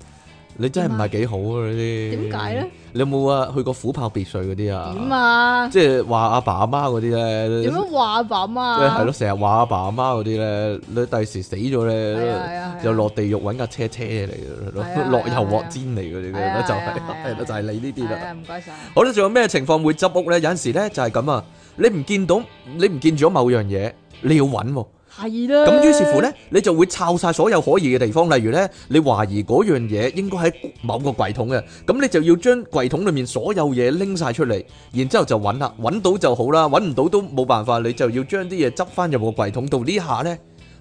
A: 你真系唔系几好啊嗰啲。
B: 點解咧？
A: 你有冇啊去過虎豹別墅嗰啲啊？
B: 點？啊？
A: 即係話阿爸阿媽嗰啲咧，
B: 點樣話啊阿爸阿媽
A: 即係係
B: 啊
A: 咯，？成日話阿爸阿媽嗰啲咧，你第時死咗
B: 係啊係啊
A: 咧，
B: 係啊
A: 就落地獄揾架車車嚟
B: 係啊係
A: 咯，
B: 啊
A: 落油鑊煎嚟嗰啲
B: 係
A: 咧，
B: 啊
A: 就
B: 係
A: 係
B: 啊係啊
A: 係啦，就係你呢啲
B: 係
A: 啦。
B: 啊，唔該晒。
A: 好啦，仲有咩情況會執屋咧？有陣時咧就係咁啊，你唔見到，你唔見咗某樣嘢，你要揾喎。
B: 係啦。
A: 咁於是乎呢，你就會抄晒所有可疑嘅地方，例如呢，你懷疑嗰樣嘢應該喺某個櫃桶嘅，咁你就要將櫃桶裏面所有嘢拎晒出嚟，然之後就揾啦，揾到就好啦，揾唔到都冇辦法，你就要將啲嘢執翻入個櫃桶度。呢下呢，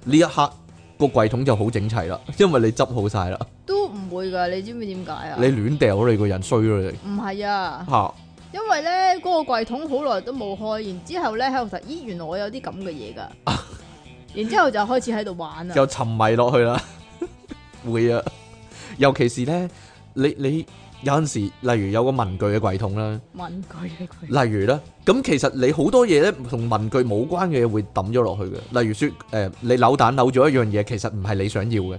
A: 呢一刻個櫃桶就好整齊啦，因為你執好晒啦，
B: 都唔會㗎，你知唔知點解啊？
A: 你亂掉你個人衰咗你
B: 唔係啊，
A: 嚇
B: 因為咧嗰、個櫃桶好耐都冇開，然之後咧喺度睇，咦原來我有啲咁嘅
A: [laughs]
B: 嘢㗎，然之後就開始喺度玩啊啦。
A: 又沉迷落去啦，會啊，尤其是呢，你你有陣時，例如有個文具嘅櫃桶啦。
B: 問佢嘅佢，
A: 例如啦，咁其實你好多嘢咧，同文具冇關嘅嘢會抌咗落去嘅。例如説，誒、你扭蛋扭咗一樣嘢，其實唔係你想要嘅，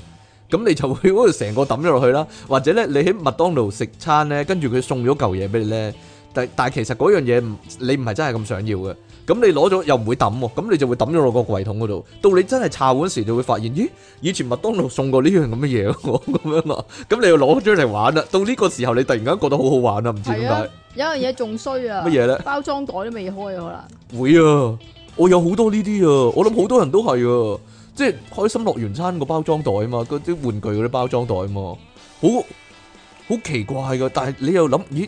A: 咁你就會嗰度成個抌咗落去啦。或者咧，你喺麥當勞食餐咧，跟住佢送咗嚿嘢俾你咧，但但係其實嗰樣嘢唔你唔係真係咁想要嘅，咁你攞咗又唔會抌喎，咁你就會抌咗落個櫃桶嗰度。到你真係摷嗰時，就會發現，咦，以前麥當勞送過呢樣咁嘅嘢喎，咁樣啊，咁你又攞咗嚟玩啦。到呢個時候，你突然間覺得好好玩啊，唔知點
B: 係
A: 解
B: 啊。，有樣嘢仲衰啊，
A: 乜嘢咧？
B: 包裝袋都未開啊，
A: 會啊，我有好多呢啲啊，我諗好多人都係啊，即係開心樂園餐個包裝袋啊嘛，嗰啲玩具嗰啲包裝袋啊嘛，好好奇怪噶。但係你又諗，咦，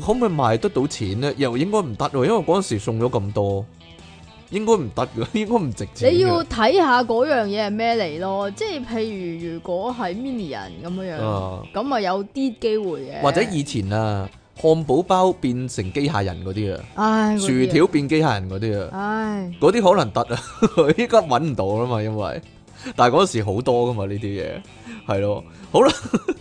A: 可唔可以賣得到錢咧？又應該唔得喎，因為嗰陣時送咗咁多，應該唔得噶， [laughs] 應該唔值
B: 可
A: 錢
B: 能你要
A: 㗎。
B: 睇下嗰樣嘢係咩嚟咯，即係譬如如果係 mini 人咁樣樣，
A: 啊，
B: 咁啊有啲機會嘅。
A: 或者以前啊，漢堡包變成機械人嗰啲啊，
B: 唉嗰啲
A: 薯
B: 啊
A: 條變機械人嗰啲啊。
B: 唉
A: 嗰啲可能得啊， [laughs] 依家揾唔到啦嘛，因為但係嗰時好多噶嘛呢啲嘢，係咯，好啦。 [laughs]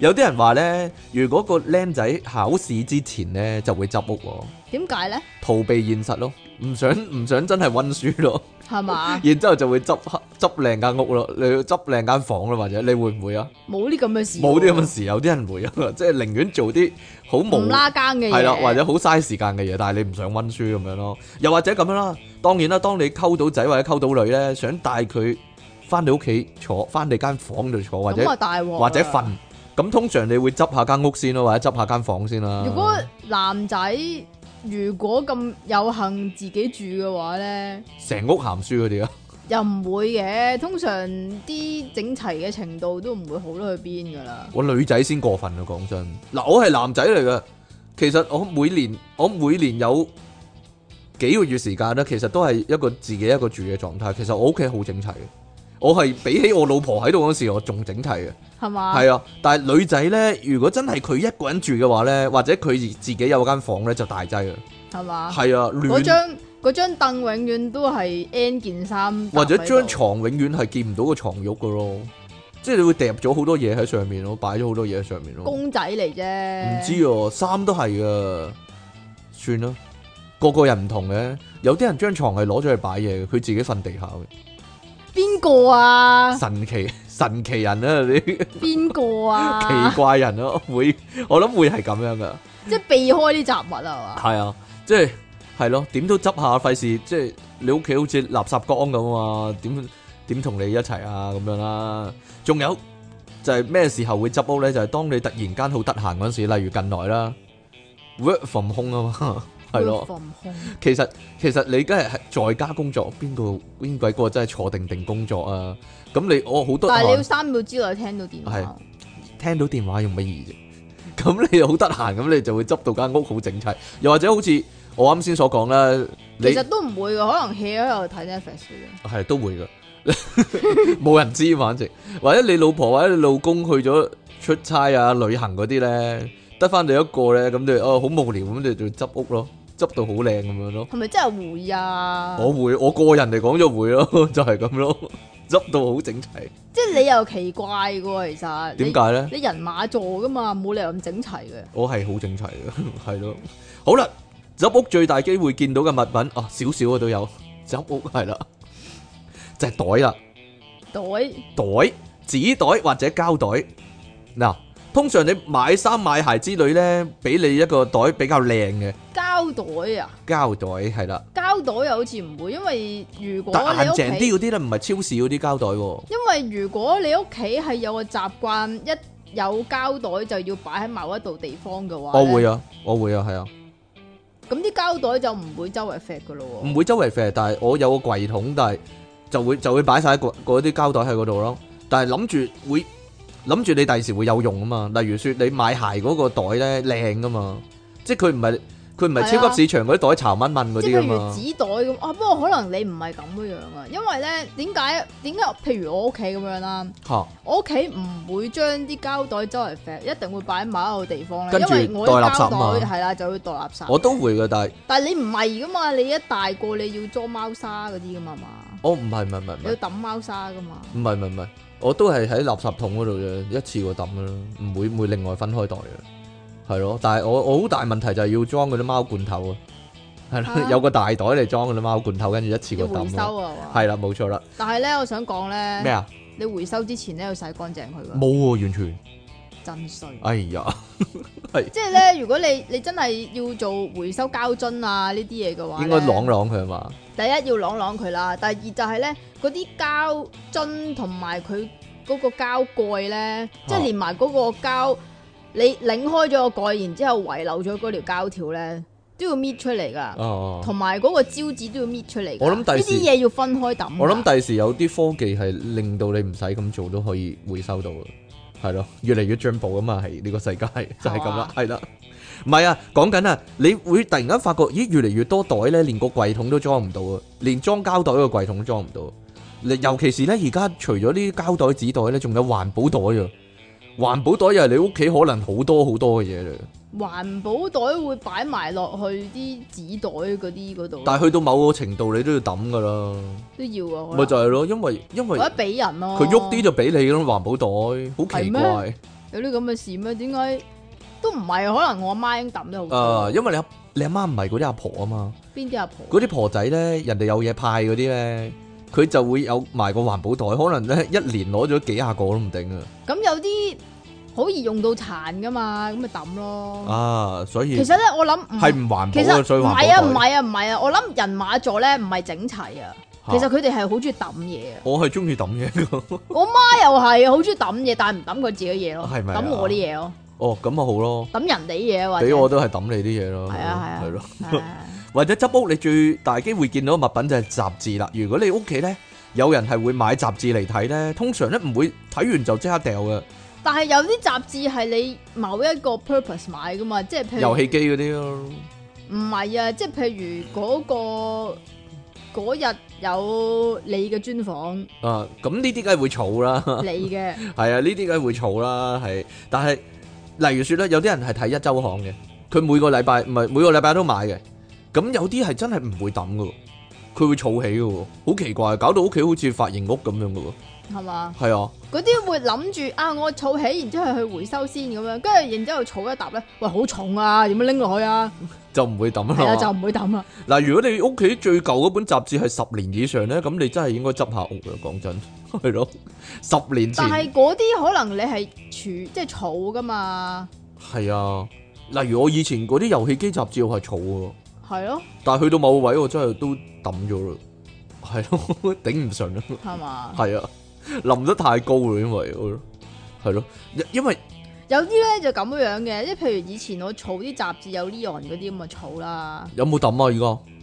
A: 有啲人話咧，如果個僆仔考試之前咧就會執屋喎，
B: 點解咧？
A: 逃避現實咯，唔想唔想真係温書咯，？
B: 係嘛
A: [laughs] 然之後就會執黑執靚間屋咯，你要執靚間房咯，或者你會唔會啊？
B: 冇啲咁嘅事喎，
A: 冇啲咁嘅事，有啲人會啊，即係寧願做啲好無
B: 唔拉更嘅嘢，
A: 係啦，或者好嘥時間嘅嘢，但係你唔想温書咁樣咯，又或者咁樣啦。當然啦，當你溝到仔或者溝到女咧，想帶佢翻你屋企坐，翻你間房度坐，或者
B: 咁啊大鑊啦
A: 或者瞓。咁通常你會執下間屋先咯，或者執下間房先啦。
B: 如果男仔如果咁有幸自己住嘅話咧，
A: 成屋鹹書嗰啲啊，
B: 又唔會嘅。通常啲整齊嘅程度都唔會好得去邊噶啦。
A: 我女仔先過分啊！講真，嗱，我係男仔嚟嘅，其實我每年我每年有幾個月時間咧，其實都係一個自己一個住嘅狀態。其實我屋企好整齊嘅，我係比起我老婆喺度嗰時，我仲整齊嘅。
B: 係嘛？
A: 係啊，但係女仔咧，如果真係佢一個人住嘅話咧，或者佢自己有間房咧，就大劑啦。
B: 係嘛？
A: 係啊，
B: 嗰
A: 亂
B: 張嗰張凳永遠都係 N 件衫，
A: 或者張床永遠係見唔到個床褥嘅咯，即係你會掉咗好多嘢喺上面咯，擺咗好多嘢喺上面咯。
B: 公仔嚟
A: 唔
B: 啫，
A: 知啊喎，衫都係噶，算啦。個個人唔同嘅，有啲人張床係攞咗去擺嘢嘅，佢自己瞓地下嘅。
B: 邊個啊？
A: 神奇神奇人啊，你奇
B: 邊
A: [laughs]
B: 個啊？
A: 怪人啊，會我諗會係咁樣噶。
B: 即係避開啲雜物啊
A: 係啊，即係係咯，點都執下，費事即係你屋企好似垃圾缸咁啊嘛，點點同你一齊啊咁樣啦。仲有就係咩時候會執屋咧？就係當你突然間好得閒嗰陣時，例如近來啦，work from home 啊嘛，
B: 嘛，
A: 係咯。
B: 會防控
A: 其實其實你梗係喺在家工作，邊個邊鬼個真係坐定定工作啊？咁你我好多
B: 但係你要
A: 閒
B: 三秒之內聽到電
A: 係
B: 話，
A: 聽到電話用乜嘢啫？ [laughs] 咁你又好得閒，咁你就會執到間屋好整齊，又或者好似我啱先所講啦，你
B: 其實都唔會嘅，可能 hea 喺度睇 Netflix 嘅，
A: 係都會噶， [laughs] 冇人知反正，或者你老婆或者你老公去咗出差啊、旅行嗰啲咧，得翻你一個咧，咁你哦好無聊，咁你就執屋咯，執到好靚咁樣咯。
B: 係咪真係會啊？
A: [laughs] 我會，我個人嚟講就會咯， [laughs] 就係咁咯，執到好整齊。
B: 即係你又奇怪嘅喎，其實你
A: 點解咧？
B: 你人馬座噶嘛，冇理由咁整齊嘅。
A: 我係好整齊嘅， [laughs] 係咯。好啦，執屋最大機會見到嘅物品啊，少少啊都有。執屋係啦，就係袋啦，
B: 袋
A: 袋、紙袋或者膠袋。嗱，通常你買衫買鞋之類咧，俾你一個袋比較靚嘅
B: 膠袋啊，
A: 膠袋係啦，
B: 膠袋又好似唔會，因為如果
A: 但
B: 你
A: 硬
B: 屋
A: 淨
B: 企
A: 啲嗰啲咧，唔係超市嗰啲膠袋喎。
B: 因為如果你屋企係有個習慣，一有膠袋就要擺喺某一度地方嘅話，
A: 我會，啊，我會啊，係啊。
B: 咁啲膠袋就唔會周圍揈噶咯
A: 唔
B: 喎。
A: 會周圍飛，但係我有個櫃桶，但係就會就會擺晒嗰嗰啲膠袋喺嗰度咯。但係諗住會諗住你第時會有用啊嘛。例如說你買鞋嗰個袋咧靚噶嘛，即係佢唔係佢唔係
B: 係啊
A: 超級市場嗰啲袋巢蚊蚊嗰
B: 即
A: 啲
B: 係
A: 啊
B: 譬如
A: 嘛。
B: 紙袋咁啊，不過可能你唔係咁樣啊，因為咧點解點解？譬如我屋企咁樣啦，
A: 嚇，
B: 我屋企唔會將啲膠袋周圍揈，一定會擺喺某一個地方啦。
A: 跟
B: 因
A: 住
B: 為我
A: 袋
B: 啲
A: 垃圾啊嘛
B: 膠袋係啦，就會袋垃圾。
A: 我都會嘅，但係
B: 但係你唔係噶嘛，你一大個你要裝貓砂嗰啲噶嘛嘛，
A: 我哦唔係唔係唔係唔
B: 你要
A: 係
B: 抌貓砂噶嘛。
A: 唔係唔係唔係，我都係喺垃圾桶嗰度嘅，一次過抌嘅咯，唔會唔會另外分開袋嘅，係咯。但係我我好大問題就係要裝嗰啲貓罐頭啊，係啦，
B: 啊
A: 有個大袋嚟裝嗰啲貓罐頭，跟住一次
B: 要
A: 過
B: 回
A: 抌咯。
B: 收啊嘛，
A: 系啦，冇錯啦。
B: 但係咧，我想講咧，
A: 咩啊？
B: 你回收之前咧要洗乾淨佢㗎，
A: 冇喎，完全。
B: 真衰。
A: 哎呀，
B: 即係咧，如果你你真係要做回收膠樽啊呢啲嘢嘅話
A: 應
B: 呢，
A: 該啷啷佢係嘛？
B: 第一要啷啷佢啦，第二就係咧嗰啲膠樽同埋佢嗰個膠蓋咧，即係連埋嗰個膠，你擰開咗個蓋，然之後遺留咗嗰條膠條咧，都要搣出嚟㗎。
A: 哦，
B: 同埋嗰個招紙都要搣出嚟㗎。
A: 我諗第
B: 呢
A: 時
B: 啲嘢要分開抌㗎。
A: 我諗第時有啲科技係令到你唔使咁做都可以回收到嘅，啊係咯，越嚟越進步啊嘛，係呢個世界 [laughs] 就係咁啦，係啦。唔係啊，講緊啊，你會突然間發覺，咦，越嚟越多袋咧，連個櫃桶都裝唔到啊，連裝膠袋個櫃桶都裝唔到。你尤其是咧，而家除咗呢啲膠袋、紙袋咧，仲有環保袋啊！環保袋又係你屋企可能好多好多嘅嘢嚟嘅。
B: 環保袋會擺埋落去啲紙袋嗰啲嗰度，
A: 但係去到某個程度，你都要抌噶啦，
B: 都要啊。可能
A: 咪就係咯，因為因為
B: 或者俾人咯。
A: 佢喐啲就俾你咯，環保袋好奇怪
B: 有啲咁嘅事咩？點解都唔係？可能我阿媽已經抌咗好
A: 啊！
B: 多。
A: 因為你阿你阿媽唔係嗰啲阿婆啊嘛，
B: 邊啲阿婆？
A: 嗰啲婆仔咧，人哋有嘢派嗰啲咧，佢就會有埋個環保袋，可能咧一年攞咗幾廿個都唔定啊！
B: 咁有啲好易用到殘噶嘛，咁咪抌咯。
A: 啊，所以
B: 哦其實咧，我諗唔
A: 係唔環保
B: 其
A: 嘅，所
B: 實
A: 以
B: 唔
A: 環
B: 係啊，
A: 保
B: 唔
A: 袋。
B: 係啊，唔係啊。我諗人馬座咧唔係整齊啊，其實
A: 嚇
B: 佢哋係好中意抌嘢啊。
A: 我係中意抌嘢嘅， [laughs]
B: 我媽又係好中意抌嘢，但係唔抌佢自己嘢咯，
A: 係咪啊
B: 抌我啲嘢咯，
A: 哦咁啊好咯，
B: 抌人哋啲嘢或者
A: 俾我都係抌你啲嘢咯，
B: 係啊係啊
A: 係咯。
B: 係啊
A: 或者執屋，你最大機會見到嘅物品就係雜誌啦。如果你屋企呢，有人係會買雜誌嚟睇呢，通常呢唔會睇完就即刻掉嘅，
B: 但係有啲雜誌係你某一個 purpose 買噶嘛，即係譬如
A: 遊戲機嗰啲咯，
B: 唔係啊，即係譬如嗰、個嗰日有你嘅專訪，
A: 啊，咁呢啲梗係會儲啦，
B: 你嘅
A: 係啊，呢啲梗係會儲啦，係，但係例如說咧，有啲人係睇一周刊嘅，佢每個禮拜唔係每個禮拜都買嘅，咁有啲係真係唔會抌噶，佢會儲起噶，好奇怪，搞到屋企好似髮型屋咁樣噶，
B: 係嘛？
A: 係啊，
B: 嗰啲會諗住啊，我儲起，然之後去回收先咁樣，跟住然之後儲一沓咧，喂，好重啊，點樣拎落去啊？
A: 就唔會抌
B: 係啊，就
A: 啦。
B: 唔會抌啦。
A: 嗱，如果你屋企最舊嗰本雜誌係十年以上咧，咁你真係應該執下屋啦。講真， [laughs] 係咯，十年前
B: 但。係嗰啲可能你係儲即係儲噶嘛，
A: 係啊，例如我以前嗰啲遊戲機雜誌我係儲嘅，
B: 係咯，
A: 但係去到某個位我真係都抌咗啦，係咯， [laughs] 頂唔順啦，
B: 係嘛？
A: 係啊，冧得太高啦，因為我係咯，因因為
B: 有啲咧就咁樣嘅，即係譬如以前我儲啲雜誌有 Leon 嗰啲咁啊儲啦，
A: 有冇抌啊？而家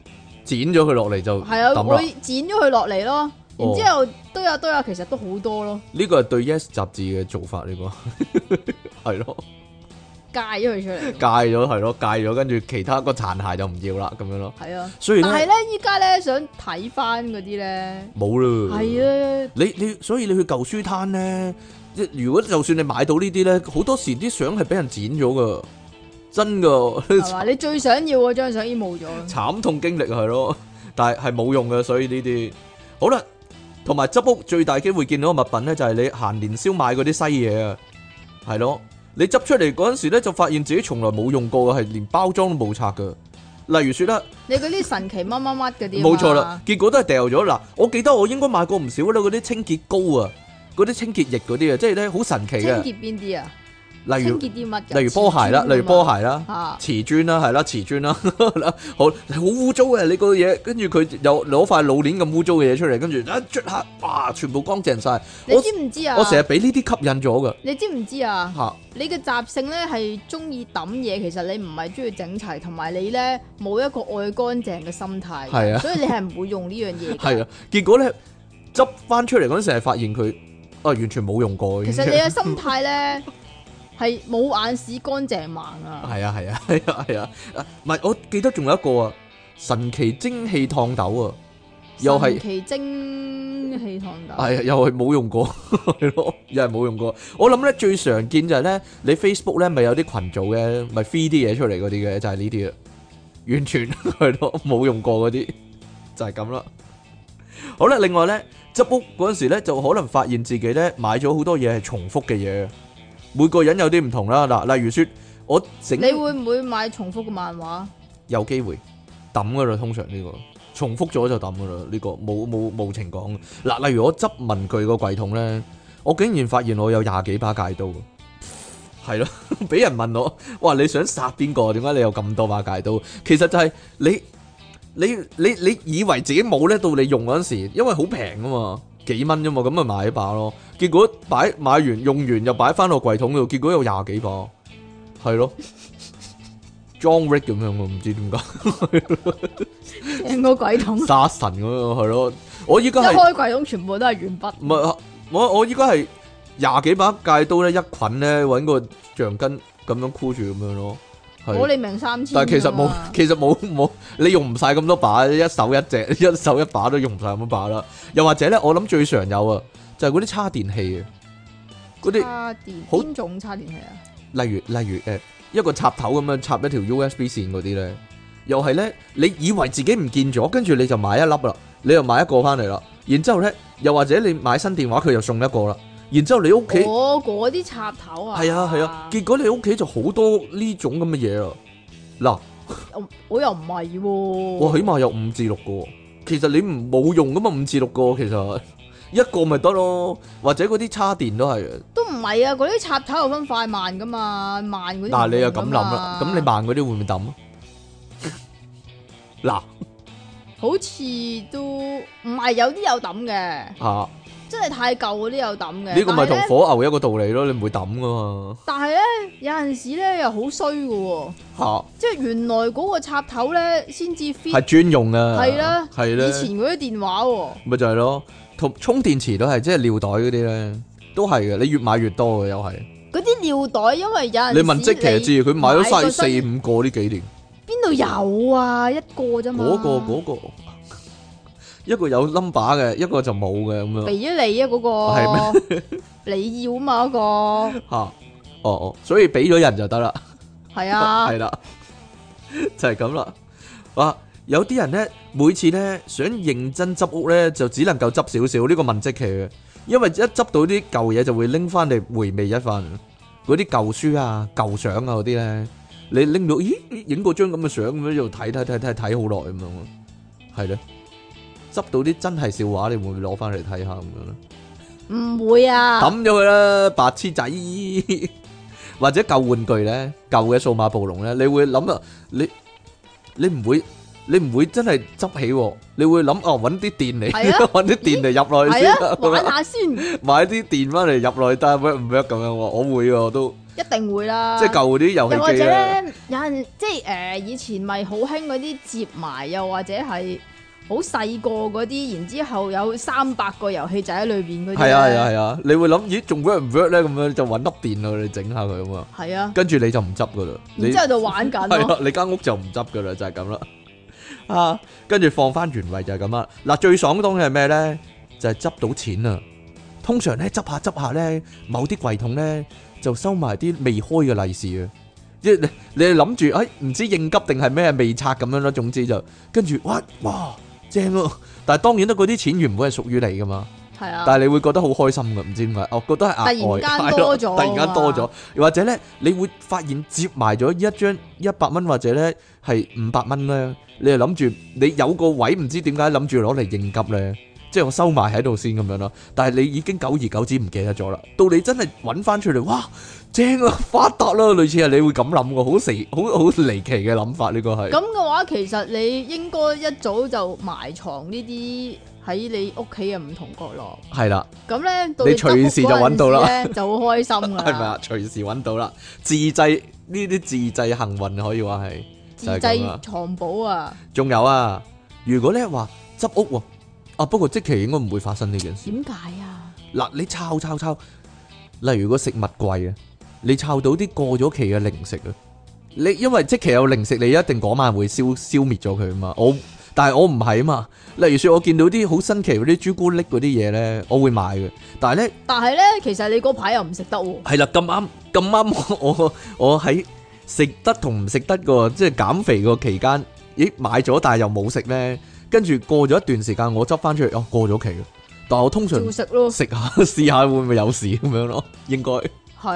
A: 剪咗佢落嚟就
B: 係啊，
A: 抌
B: 我
A: 啦。
B: 剪咗佢落嚟咯，然
A: 哦
B: 之後都有都有，其實都好多咯，
A: 呢個係對 Yes 雜誌嘅做法，呢個係咯，
B: 戒咗佢出嚟，
A: 戒咗 [laughs] 係咯，戒咗，跟住其他個殘骸就唔要啦，咁樣咯。
B: 係啊。
A: 所以
B: 但係
A: 咧
B: 咧，依家咧想睇翻嗰啲咧，
A: 冇啦。
B: 係啊，
A: 你你所以你去舊書攤咧，即如果就算你買到呢啲咧，好多時啲相係俾人剪咗噶， [laughs] 真噶，[laughs]
B: 係嘛？你最想要嗰張相已經冇咗啦，
A: 慘痛經歷係咯，但係係冇用嘅，所以呢啲好啦，同埋執屋最大機會見到嘅物品咧，就係你行年宵買嗰啲西嘢啊，係咯，你執出嚟嗰陣時咧，就發現自己從來冇用過嘅，係連包裝都冇拆噶。例如說啦，
B: 你嗰啲神奇乜乜乜嗰啲啊嘛
A: 冇錯啦，，結果都係掉咗嗱。我記得我應該買過唔少啦，嗰啲清潔膏啊，嗰啲清潔液嗰啲啊，即係咧好神奇
B: 清
A: 嘅。
B: 潔邊啲啊？
A: 例如
B: 清潔啲乜㗎？
A: 例如波鞋啦，
B: 瓷磚啊嘛
A: 例如波鞋啦，
B: 啊，
A: 瓷磚啦，係啦，瓷磚啦， [laughs] 好你好污糟嘅你個嘢，跟住佢又攞塊老鏈咁污糟嘅嘢出嚟，跟住一捽下，哇，全部乾淨晒。
B: 你
A: 我
B: 知唔知啊？
A: 我成日俾呢啲吸引咗噶
B: 你知唔知啊？
A: 吓，
B: 你嘅習性咧係中意抌嘢，其實你唔係中意整齊，同埋你咧冇一個愛乾淨嘅心態，
A: 係啊
B: 所以你係唔會用呢樣嘢。
A: [laughs] 係啊，結果咧執翻出嚟嗰陣時係發現佢啊完全冇用過嘅。
B: 其實你嘅心態咧係冇眼屎乾淨盲啊，
A: 係啊係啊係啊係啊，啊唔係我記得仲有一個啊，神奇蒸汽燙斗啊， [laughs] 又係
B: 神。奇蒸氣燙
A: [laughs]
B: 斗，
A: 係啊，又係冇用過，係咯，又係冇用過。我諗咧最常見就係咧，你 Facebook 咧咪有啲群組嘅，咪 free 啲嘢出嚟嗰啲嘅，就係呢啲啊，完全係咯冇用過嗰啲，就係咁啦。好啦，另外咧執屋嗰陣時咧，就可能發現自己咧買咗好多嘢係重複嘅 [laughs] 嘢，每個人有啲唔同啦。嗱，例如說我整
B: 你會唔會買重複嘅漫畫？ [laughs]
A: 有機會抌噶啦，通常呢、個重複咗就抌噶啦，呢、個冇冇冇情講。嗱，例如我執文具個櫃桶咧，我竟然發現我有廿幾把戒刀，係咯， [laughs] 俾人問我，哇，你想殺邊個？點解你有咁多把戒刀？其實就係你你你你以為自己冇咧，到你用嗰陣時，因為好平啊嘛。幾蚊啫嘛，咁咪買一把咯。結果擺買完用完又擺翻落櫃桶度，結果有廿幾把，係咯，John Wick 咁樣喎，唔知點解。
B: 成個鬼桶，一
A: 沙神咁樣係咯。我依家係
B: 開櫃桶全部都係鉛筆，
A: 唔係我我依家係廿幾把戒刀咧，一捆咧揾個橡筋咁樣箍住咁樣咯。
B: 我啊
A: 係，
B: 你命三千㗎嘛。
A: 但係其實冇，其實冇冇，你用唔晒咁多把，一手一隻， [laughs] 一手一把都用唔晒咁多把啦。又或者咧，我諗最常有啊，就係嗰啲叉電器啊，嗰啲。
B: 插電
A: 好
B: 邊種插電器啊？
A: 例如例如誒、呃一個插頭咁樣插一條 USB 線嗰啲咧，又係咧你以為自己唔見咗，跟住你就買一粒啦，你又買一個翻嚟啦，然之後咧又或者你買新電話佢又送一個啦，然之後你屋企
B: 我嗰啲插頭啊，
A: 係啊係啊，結果你屋企就好多呢種咁嘅嘢啊！嗱，
B: 我我又唔係喎，
A: 我起碼有五至六個喎，其實你唔冇用噶嘛，五至六個其實一個咪得咯，或者嗰啲叉電都係。
B: 都唔係啊！嗰啲插頭有分快慢噶嘛，慢嗰啲唔同㗎啊嘛。
A: 嗱，你又咁諗啦，咁你慢嗰啲會唔會抌啊？嗱。
B: 好似都唔係有啲有抌嘅，
A: 啊！
B: 真係太舊嗰啲有抌嘅。
A: 呢個咪同
B: 但係呢
A: 火牛一個道理咯，你唔會抌噶嘛
B: 但係咧有陣時咧又好衰嘅喎，
A: 吓，
B: 即係原來嗰個插頭咧先至 fit
A: 係專用啊，
B: 係啦
A: 係
B: 以
A: 啦，
B: 前嗰啲電話喎，
A: 咪就係咯，同充電池都係，即係尿袋嗰啲咧，都係嘅，你越買越多嘅又係，
B: 嗰啲尿袋，因為有陣時
A: 你問即其就知，佢買咗晒四五個呢幾年，
B: 邊度有啊？一個啫嘛。
A: 哦嗰個嗰個 [laughs] 一個有 number 嘅，一個就冇嘅咁樣
B: 俾咗你啊嗰
A: 係
B: 個，你要嘛嗰個，
A: 吓，哦哦，所以俾咗人就得啦。
B: [laughs]
A: [laughs]
B: 係啊
A: 系，啦，就係咁啦。哇，有啲人咧，每次咧想認真執屋咧，就只能夠執少少呢個問即期嘅，因為一執到啲舊嘢就會拎翻嚟回味一番。嗰啲舊書啊、舊相啊嗰啲咧，你拎到咦影過張咁嘅相咁樣，就睇睇睇睇睇好耐咁樣咯。係咧，執到啲真係笑話，你會唔會攞翻嚟睇下咁樣咧？
B: 唔會啊，
A: 抌咗佢啦，白痴仔， [laughs] 或者舊玩具咧，舊嘅數碼暴龍咧，你會諗啊，你你唔會，你唔會真係執起喎，你會諗哦，揾啲電嚟， [laughs]
B: 係啊
A: 揾啲電嚟入落去
B: 係
A: 先
B: 啊，玩
A: 啦，
B: 下先，一
A: 買啲電翻嚟入落去，但係 work 唔 work 咁樣喎？我會喎，我都
B: 定會啦。
A: 即係舊嗰啲遊
B: 又或
A: 戲機啊
B: 者
A: 咧，
B: 咧，有陣即係誒、呃以前咪好興嗰啲接埋，又或者係好細個嗰啲，然之後有三百個遊戲仔喺裏邊嗰啲。
A: 係啊係啊，係啊，你會諗咦仲 work 唔 work 咧？咁樣就揾粒電落去整下佢咁啊，
B: 係啊，
A: 跟住你就唔執噶啦，
B: 然
A: 你
B: 之後就玩緊
A: 系
B: 咯。
A: 啊啦，你間屋就唔執噶啦，就係咁啦。啊，跟住放翻原位就係咁啦。嗱，最爽當嘅係咩咧？就係執到錢啊！通常咧執下執下咧，某啲櫃桶咧就收埋啲未開嘅利是啊！即係你你諗住，哎，唔知應急定係咩未拆咁樣啦。總之就跟住，哇哇正喎！但係當然啦，嗰啲錢原本係屬於你噶嘛，
B: 係啊，
A: 但係你會覺得好開心噶，唔知點解，我覺得係額外，
B: 突然間
A: 係咯
B: 多咗
A: 突然間多咗
B: 啊，
A: 又或者咧，你會發現接埋咗一張一百蚊或者咧係五百蚊咧，你就諗住你有個位唔知點解諗住攞嚟應急咧，即係我收埋喺度先咁樣咯。但係你已經久而久之唔記得咗啦，到你真係揾翻出嚟，哇，正啊，發達啦，類似係啊你會咁諗嘅，好奇好好離奇嘅諗法呢個係。
B: 咁嘅話，其實你應該一早就埋藏呢啲喺你屋企嘅唔同角落。
A: 係啦，
B: 咁咧，到
A: 你
B: 執屋
A: 隨時就揾到啦
B: 嗰陣時呢，就好開心㗎啦。
A: [laughs] 係咪啊？隨時揾到啦，自製呢啲自製幸運可以話係。
B: 自
A: 就係咁啦
B: 製藏寶啊？
A: 仲有啊，如果咧話執屋喎，啊不過即期應該唔會發生呢件事。
B: 點解啊？
A: 嗱，你抄抄抄，例如個食物櫃啊，你抄到啲過咗期嘅零食啊，你因為即期有零食，你一定嗰晚會消消滅咗佢啊嘛。我但係我唔係啊嘛。例如說，我見到啲好新奇嗰啲朱古力嗰啲嘢咧，我會買嘅。但係咧
B: 但係咧，其實你嗰排又唔食得喎。
A: 係啦，咁啱 [laughs] 咁啱我我我喺食得同唔食得個即係減肥個期間，咦買咗但係又冇食咧，跟住過咗一段時間我執翻出嚟，哦過咗期啦，但係我通常
B: 照食咯，
A: 食下 [laughs] 試下會唔會有事咁樣咯，應該
B: 係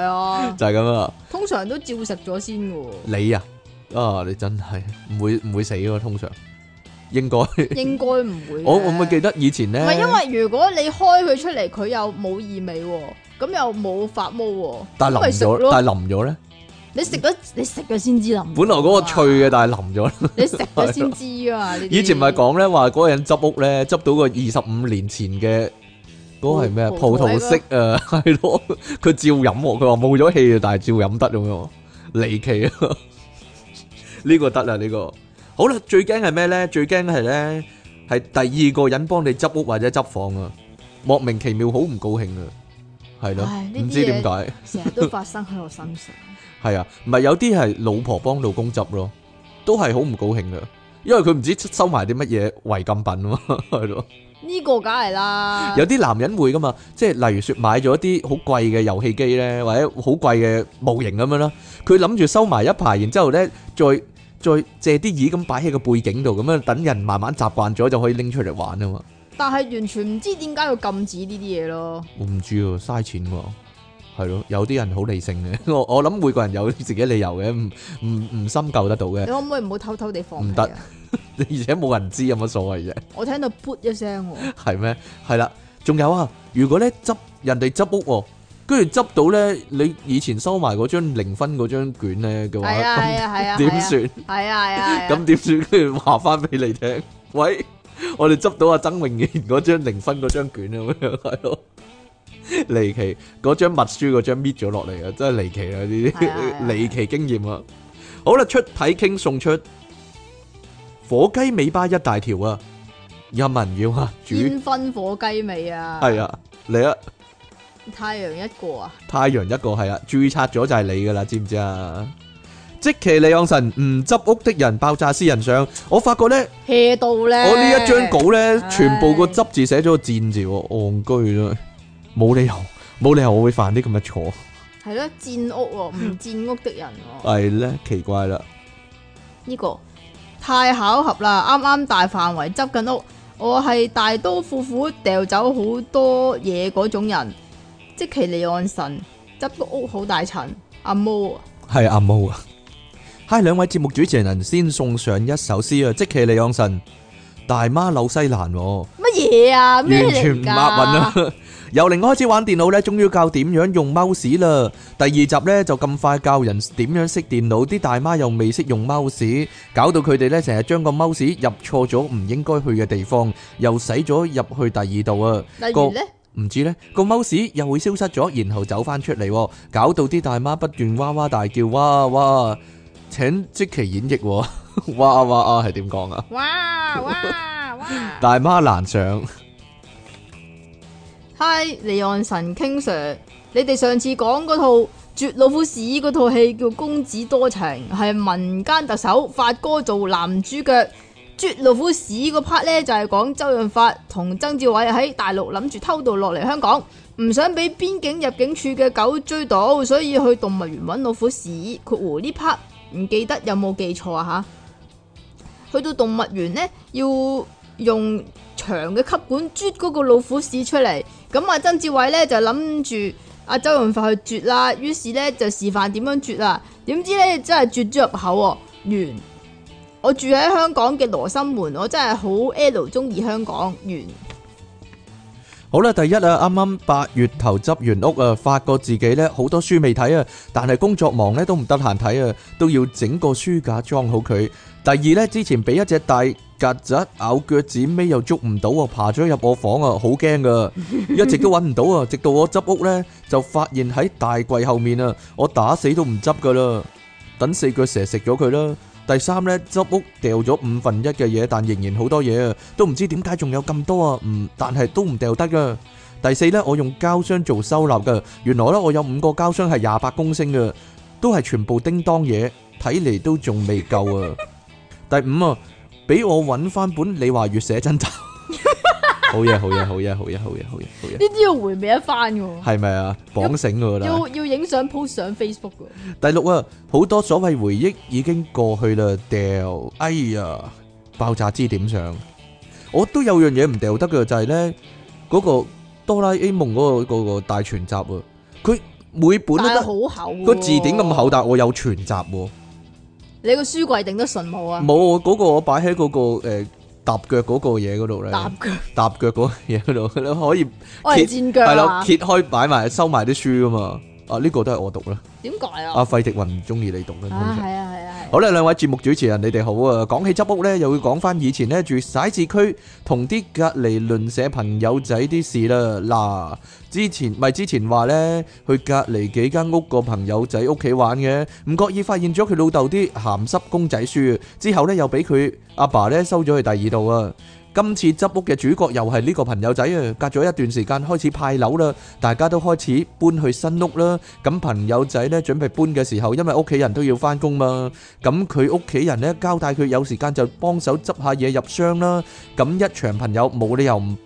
A: [laughs]
B: 啊，
A: 就係咁啦。
B: 通常都照食咗先嘅
A: 你啊啊你真係唔會唔會死喎，通常應該
B: 喎，應該唔會嘅。
A: 我我咪記
B: 得，
A: 得以前咧，
B: 唔係因為如果你開佢出嚟，佢又冇異味喎，咁又冇發毛喎，
A: 但
B: 咁
A: 係
B: 咪
A: 淋
B: 食
A: 咗，但
B: 咯。
A: 係淋咗咧，
B: 你食咗，你食咗先知淋。
A: 本來嗰個脆嘅，，但係淋咗啦。
B: 你食咗先知
A: [laughs]
B: 啊嘛。呢啲
A: 以前咪講咧話嗰個人執屋咧，執到個二十五年前嘅嗰個係咩啊葡
B: 葡
A: 萄色啊，係咯，佢照飲喎，佢話冇咗氣啊， [laughs] 但係照飲得咁樣喎，離奇啊！ [laughs] 呢個得啦，呢個好啦，最驚係咩咧？最驚係咧係第二個人幫你執屋或者執房啊，莫名其妙好唔高興啊，係咯
B: 唉，呢啲
A: 唔知點解。
B: 成日都發生喺我身
A: [laughs]
B: 上，
A: 系啊，唔係有啲係老婆幫老公執咯，都係好唔高興噶，因為佢唔知收埋啲乜嘢違禁品啊嘛， [laughs] 係咯。
B: 呢個梗係啦。
A: 有啲男人會噶嘛，即係例如說買咗啲好貴嘅遊戲機咧，或者好貴嘅模型咁樣啦，佢諗住收埋一排，然之後咧再再借啲椅咁擺喺個背景度，咁樣等人慢慢習慣咗就可以拎出嚟玩啊嘛。
B: 但係完全唔知點解要禁止呢啲嘢咯。
A: 我唔知喎，嘥錢喎，係咯，有啲人好理性嘅， [laughs] 我我諗每個人有自己理由嘅，唔唔唔深究得到嘅
B: 你，可唔可以唔好偷偷地放？啊
A: 唔得， [laughs] 而且冇人知有乜所謂啫。
B: 我聽到噗一聲
A: [laughs]
B: 喎。
A: 系咩？系啦，仲有啊，如果咧執人哋執屋喎，跟住執到咧，你以前收埋嗰張零分嗰張卷咧嘅話，
B: 係啊係
A: 咁
B: 啊係啊，
A: 點算？
B: 係啊係啊，
A: 咁點算？跟住話翻俾你聽，喂，我哋執到阿曾穎賢嗰張零分嗰張卷啊，咁樣係咯。離奇嗰張密書嗰張搣咗落嚟啊，真係離奇啦！呢
B: 係啊係啊
A: 啲離奇經驗啊。好啦，出體傾送出火雞尾巴一大條啊！有文要啊，煮
B: 煙燻火雞味啊，
A: à? 系啊，嚟啊，
B: 太陽一個啊，
A: 太陽一個係啊，註冊咗就係你噶啦，知唔知啊？即其利昂神唔執屋的人爆炸私人相，我發覺咧，
B: hea 到咧。
A: 哦我呢一張稿咧，
B: 唉
A: 全部個執字寫咗個戰字喎，戇居啦，冇理由，冇理由我會犯啲咁嘅錯，
B: 係咯，戰屋喎，唔戰屋的人喎。
A: 係咧奇怪啦，
B: 呢個太巧合啦，啱啱大範圍執緊屋，我係大刀闊斧掉走好多嘢嗰種人，即其利岸神執個屋好大塵，阿毛啊，
A: 係阿毛啊嗨，兩位節目主持人先送上一首詩啊，即其利昂神大媽紐西蘭喎。
B: 乜嘢啊？咩
A: 完
B: 嚟
A: 全唔押
B: 㗎
A: 韻啊啦！ [laughs] 由零開始玩電腦咧，終於教點樣用 mouse 啦。第二集咧就咁快教人點樣識電腦，啲大媽又未識用 mouse，搞到佢哋咧成日將個 mouse 入錯咗唔應該去嘅地方，又使咗入去第二度啊！
B: [laughs] 例
A: 個
B: 如咧，
A: 唔知呢個 mouse 又會消失咗，然後走翻出嚟喎，搞到啲大媽不斷哇哇大叫，哇哇！請即其演繹喎， [laughs] 哇哇啊係點講啊？
B: 哇哇哇！
A: 大媽難上。
B: 嗨，離岸神 King Sir，你哋上次講嗰套《絕老虎屎》嗰套戲叫《公子多情》，係民間特首發哥做男主角。絕老虎屎嗰 part 呢，就係講周潤發同曾志偉喺大陸諗住偷渡落嚟香港，唔想俾邊境入境處嘅狗追到，所以去動物園揾老虎屎。括弧呢 part 唔記得有冇記錯啊吓？去到動物園呢，要用長嘅吸管啜嗰個老虎屎出嚟。咁啊，曾志偉咧就諗住阿周潤發去啜啦，於是咧就示範點樣啜啦。點知咧真係啜咗入口喎，完。我住喺香港嘅羅生門，我真係好 L 中意香港， [laughs] 完。
A: 好啦，第一啊，啱啱八月頭執完屋啊，發覺自己呢好多書未睇啊，但係工作忙呢都唔得閒睇啊，都要整個書架裝好佢。第二呢，之前俾一隻大曱甴咬腳趾尾又捉唔到啊，爬咗入我房啊，好驚噶，一直都揾唔到啊，直到我執屋呢，就發現喺大櫃後面啊，我打死都唔執噶啦，等四腳蛇食咗佢啦。第三呢，執屋掉咗五分一嘅嘢，但仍然好多嘢啊，都唔知點解仲有咁多啊，唔但係都唔掉得噶。第四呢，我用膠箱做收納噶，原來呢，我有五個膠箱係廿八公升嘅，都係全部叮當嘢，睇嚟都仲未夠啊。第五啊，俾我揾翻本你話粵寫真集，好嘢好嘢好嘢好嘢好嘢好嘢好嘢，
B: 呢啲要回味一番嘅，
A: 係咪啊？綁繩噶啦。
B: 要要影相 post 上 Facebook 嘅。
A: 第六啊，好多所謂回憶已經過去啦，掉，哎呀，爆炸支點上，我都有樣嘢唔掉得嘅，就係呢嗰個哆啦 A 夢嗰、個嗰個大全集啊，佢每本都
B: 但係
A: 得
B: 好厚喎
A: 個字典咁厚，，但係我有全集喎，
B: 你個書櫃頂得順冇啊？
A: 冇我嗰個我擺喺嗰個誒踏腳嗰個嘢嗰度
B: 搭
A: 呢，
B: 腳，
A: 踏腳嗰個嘢嗰度，你 [laughs] 可以
B: 我係戰腳
A: 係啦，
B: 啊？
A: 揭開擺埋收埋啲書噶嘛，啊呢、個都係我讀啦，
B: 點解啊？
A: 阿費迪雲唔中意你讀啦，通
B: 啊，
A: 常
B: 係啊，係啊，係啊
A: 好啦，兩位節目主持人，你哋好啊！講起執屋呢，又要講翻以前呢住徙置區同啲隔離鄰舍朋友仔啲事啦。嗱，之前咪之前話呢，去隔離幾間屋個朋友仔屋企玩嘅，唔覺意發現咗佢老豆啲鹹濕公仔書，之後呢，又俾佢阿爸呢收咗去第二度啊。今次執屋嘅主角又係呢個朋友仔啊，隔咗一段時間開始派樓啦，大家都開始搬去新屋啦。咁朋友仔呢，準備搬嘅時候，因為屋企人都要翻工嘛。咁佢屋企人咧交代佢有時間就幫手執下嘢入箱啦。咁一場朋友冇理由唔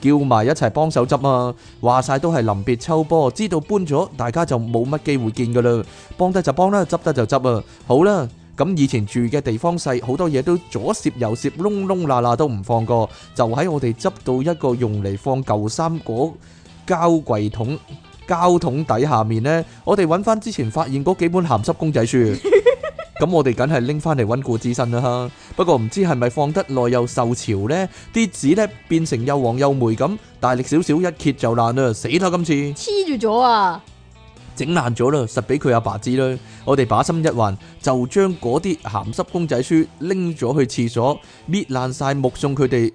A: 叫埋一齊幫手執啊！話晒都係臨別秋波，知道搬咗，大家就冇乜機會見噶啦。幫得就幫啦，執得就執啊。好啦，咁以前住嘅地方細，好多嘢都左攝右攝，窿窿罅罅都唔放過。就喺我哋執到一個用嚟放舊衫嗰膠櫃桶。膠桶底下面呢，我哋揾翻之前發現嗰幾本鹹濕公仔書。咁我哋梗係拎翻嚟温故知新啦哈。不過唔知係咪放得耐又受潮呢？啲紙呢變成又黃又霉咁，大力少少一揭就爛啦，死啦今次！
B: 黐住咗啊！
A: 整爛咗啦，實俾佢阿爸知啦。我哋把心一橫，就將嗰啲鹹濕公仔書拎咗去廁所，搣爛晒，目送佢哋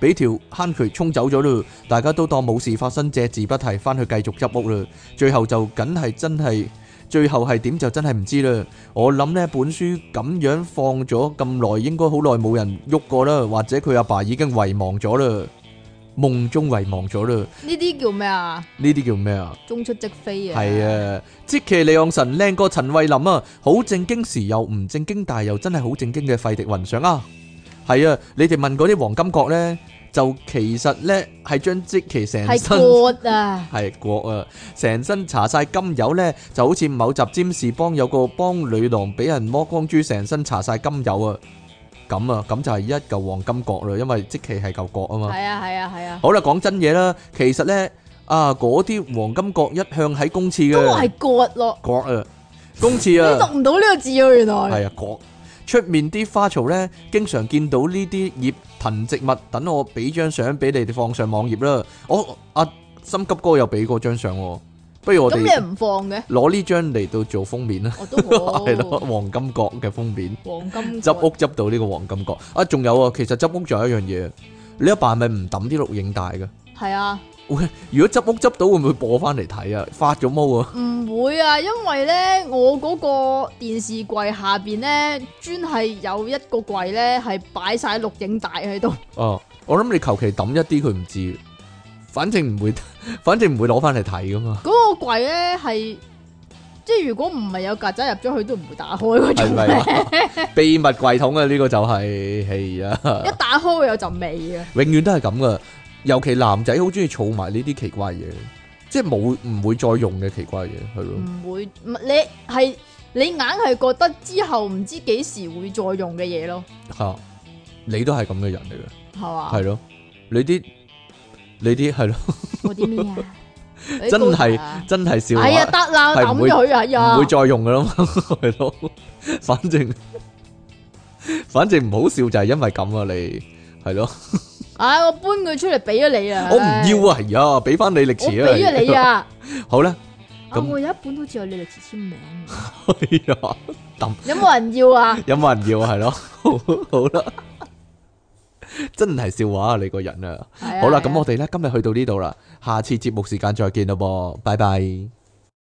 A: 俾條坑渠沖走咗啦。大家都當冇事發生，隻字不提，翻去繼續執屋啦。最後就梗係真係，最後係點就真係唔知啦。我諗呢本書咁樣放咗咁耐，應該好耐冇人喐過啦，或者佢阿爸已經遺忘咗啦。夢中遺忘咗啦。
B: 呢啲叫咩啊？
A: 呢啲叫咩啊？
B: 中出即飛啊！
A: 係，啊，即其利昂神靚過陳慧琳啊，好正經時又唔正經，但係又真係好正經嘅費迪雲相啊。係啊，你哋問嗰啲黃金角咧，就其實咧係將即其成
B: 係
A: 身。
B: good 啊！
A: 係國啊！成身搽晒金油呢，就好似某集占士邦有個幫女郎俾人剝光豬，成身搽晒金油啊！咁啊，咁就係一嚿黃金角啦，因為即其係嚿角啊嘛。
B: 係啊係啊係啊！
A: 好啦，講真嘢啦，其實呢，啊，嗰啲黃金角一向喺公廁
B: 都
A: 嘅
B: 係 good 咯，
A: 角啊，公廁
B: 你
A: 啊，
B: 讀唔到呢個字啊！原來
A: 係啊角。出面啲花槽呢，經常見到呢啲葉藤植物，等我俾張相俾你哋放上網頁啦。我阿心急哥又俾過張相喎，不如我哋。
B: 咁你唔哦放嘅，
A: 攞呢張嚟到做封面啦，
B: 我都好
A: [laughs] 係咯，黃金角嘅封面，
B: 黃金
A: 執屋執到呢個黃金角啊！仲有啊，其實執屋仲有一樣嘢，你阿爸係咪唔抌啲錄影帶嘅？
B: 係啊，
A: 喂，如果執屋執到會唔會播翻嚟睇啊？發咗毛啊！
B: 唔會啊，因為咧我嗰個電視櫃下邊咧專係有一個櫃咧係擺晒錄影帶喺度， [laughs]
A: 哦，我諗你求其抌一啲佢唔知，反正唔會， [laughs] 反正唔會攞翻嚟睇噶嘛，
B: 嗰、個櫃咧係即係如果唔係有曱甴入咗去都唔會打開嗰
A: 係
B: 種
A: 咪
B: [laughs] 咧，
A: 啊？秘密櫃桶啊，呢個就係係啊，
B: [laughs] 一打開會有陣味啊，
A: 永遠都係咁噶。尤其男仔好中意儲埋呢啲奇怪嘢，即係冇唔會再用嘅奇怪嘢，係咯。
B: 唔會唔你係你硬係覺得之後唔知幾時會再用嘅嘢咯，
A: 吓、你都系咁嘅人嚟嘅，
B: 係嘛？
A: 系咯、你啲你啲系咯，
B: 嗰啲咩啊？
A: 真
B: 嗰啲
A: 係
B: 高達啊
A: 真系笑
B: 哎呀
A: 話，
B: 得啦，
A: 係唔
B: 抌
A: 會
B: 咗佢啊哎
A: 唔、
B: 呀，
A: 會再用噶啦嘛，係咯， [laughs] 反正反正唔好笑就係因為咁啊，你係咯，
B: 唉我搬佢出嚟俾咗你啊，
A: 我唔
B: 唉
A: 要啊，哎呀，俾翻你歷
B: 我
A: 史
B: 俾
A: 啊，
B: 咗你啊！
A: [laughs] 好啦，
B: 啊，
A: 咁
B: 我有一本好似有你歷史簽
A: [laughs]
B: 名嘅，
A: 哎呀，
B: 有冇人要啊？
A: 有冇人要啊？係咯， [laughs] 好好啦，真係笑話啊，你個人啊，
B: 係啊
A: 好啦，
B: 係啊
A: 咁我哋咧今日去到呢度啦，下次節目時間再見咯噃，拜拜。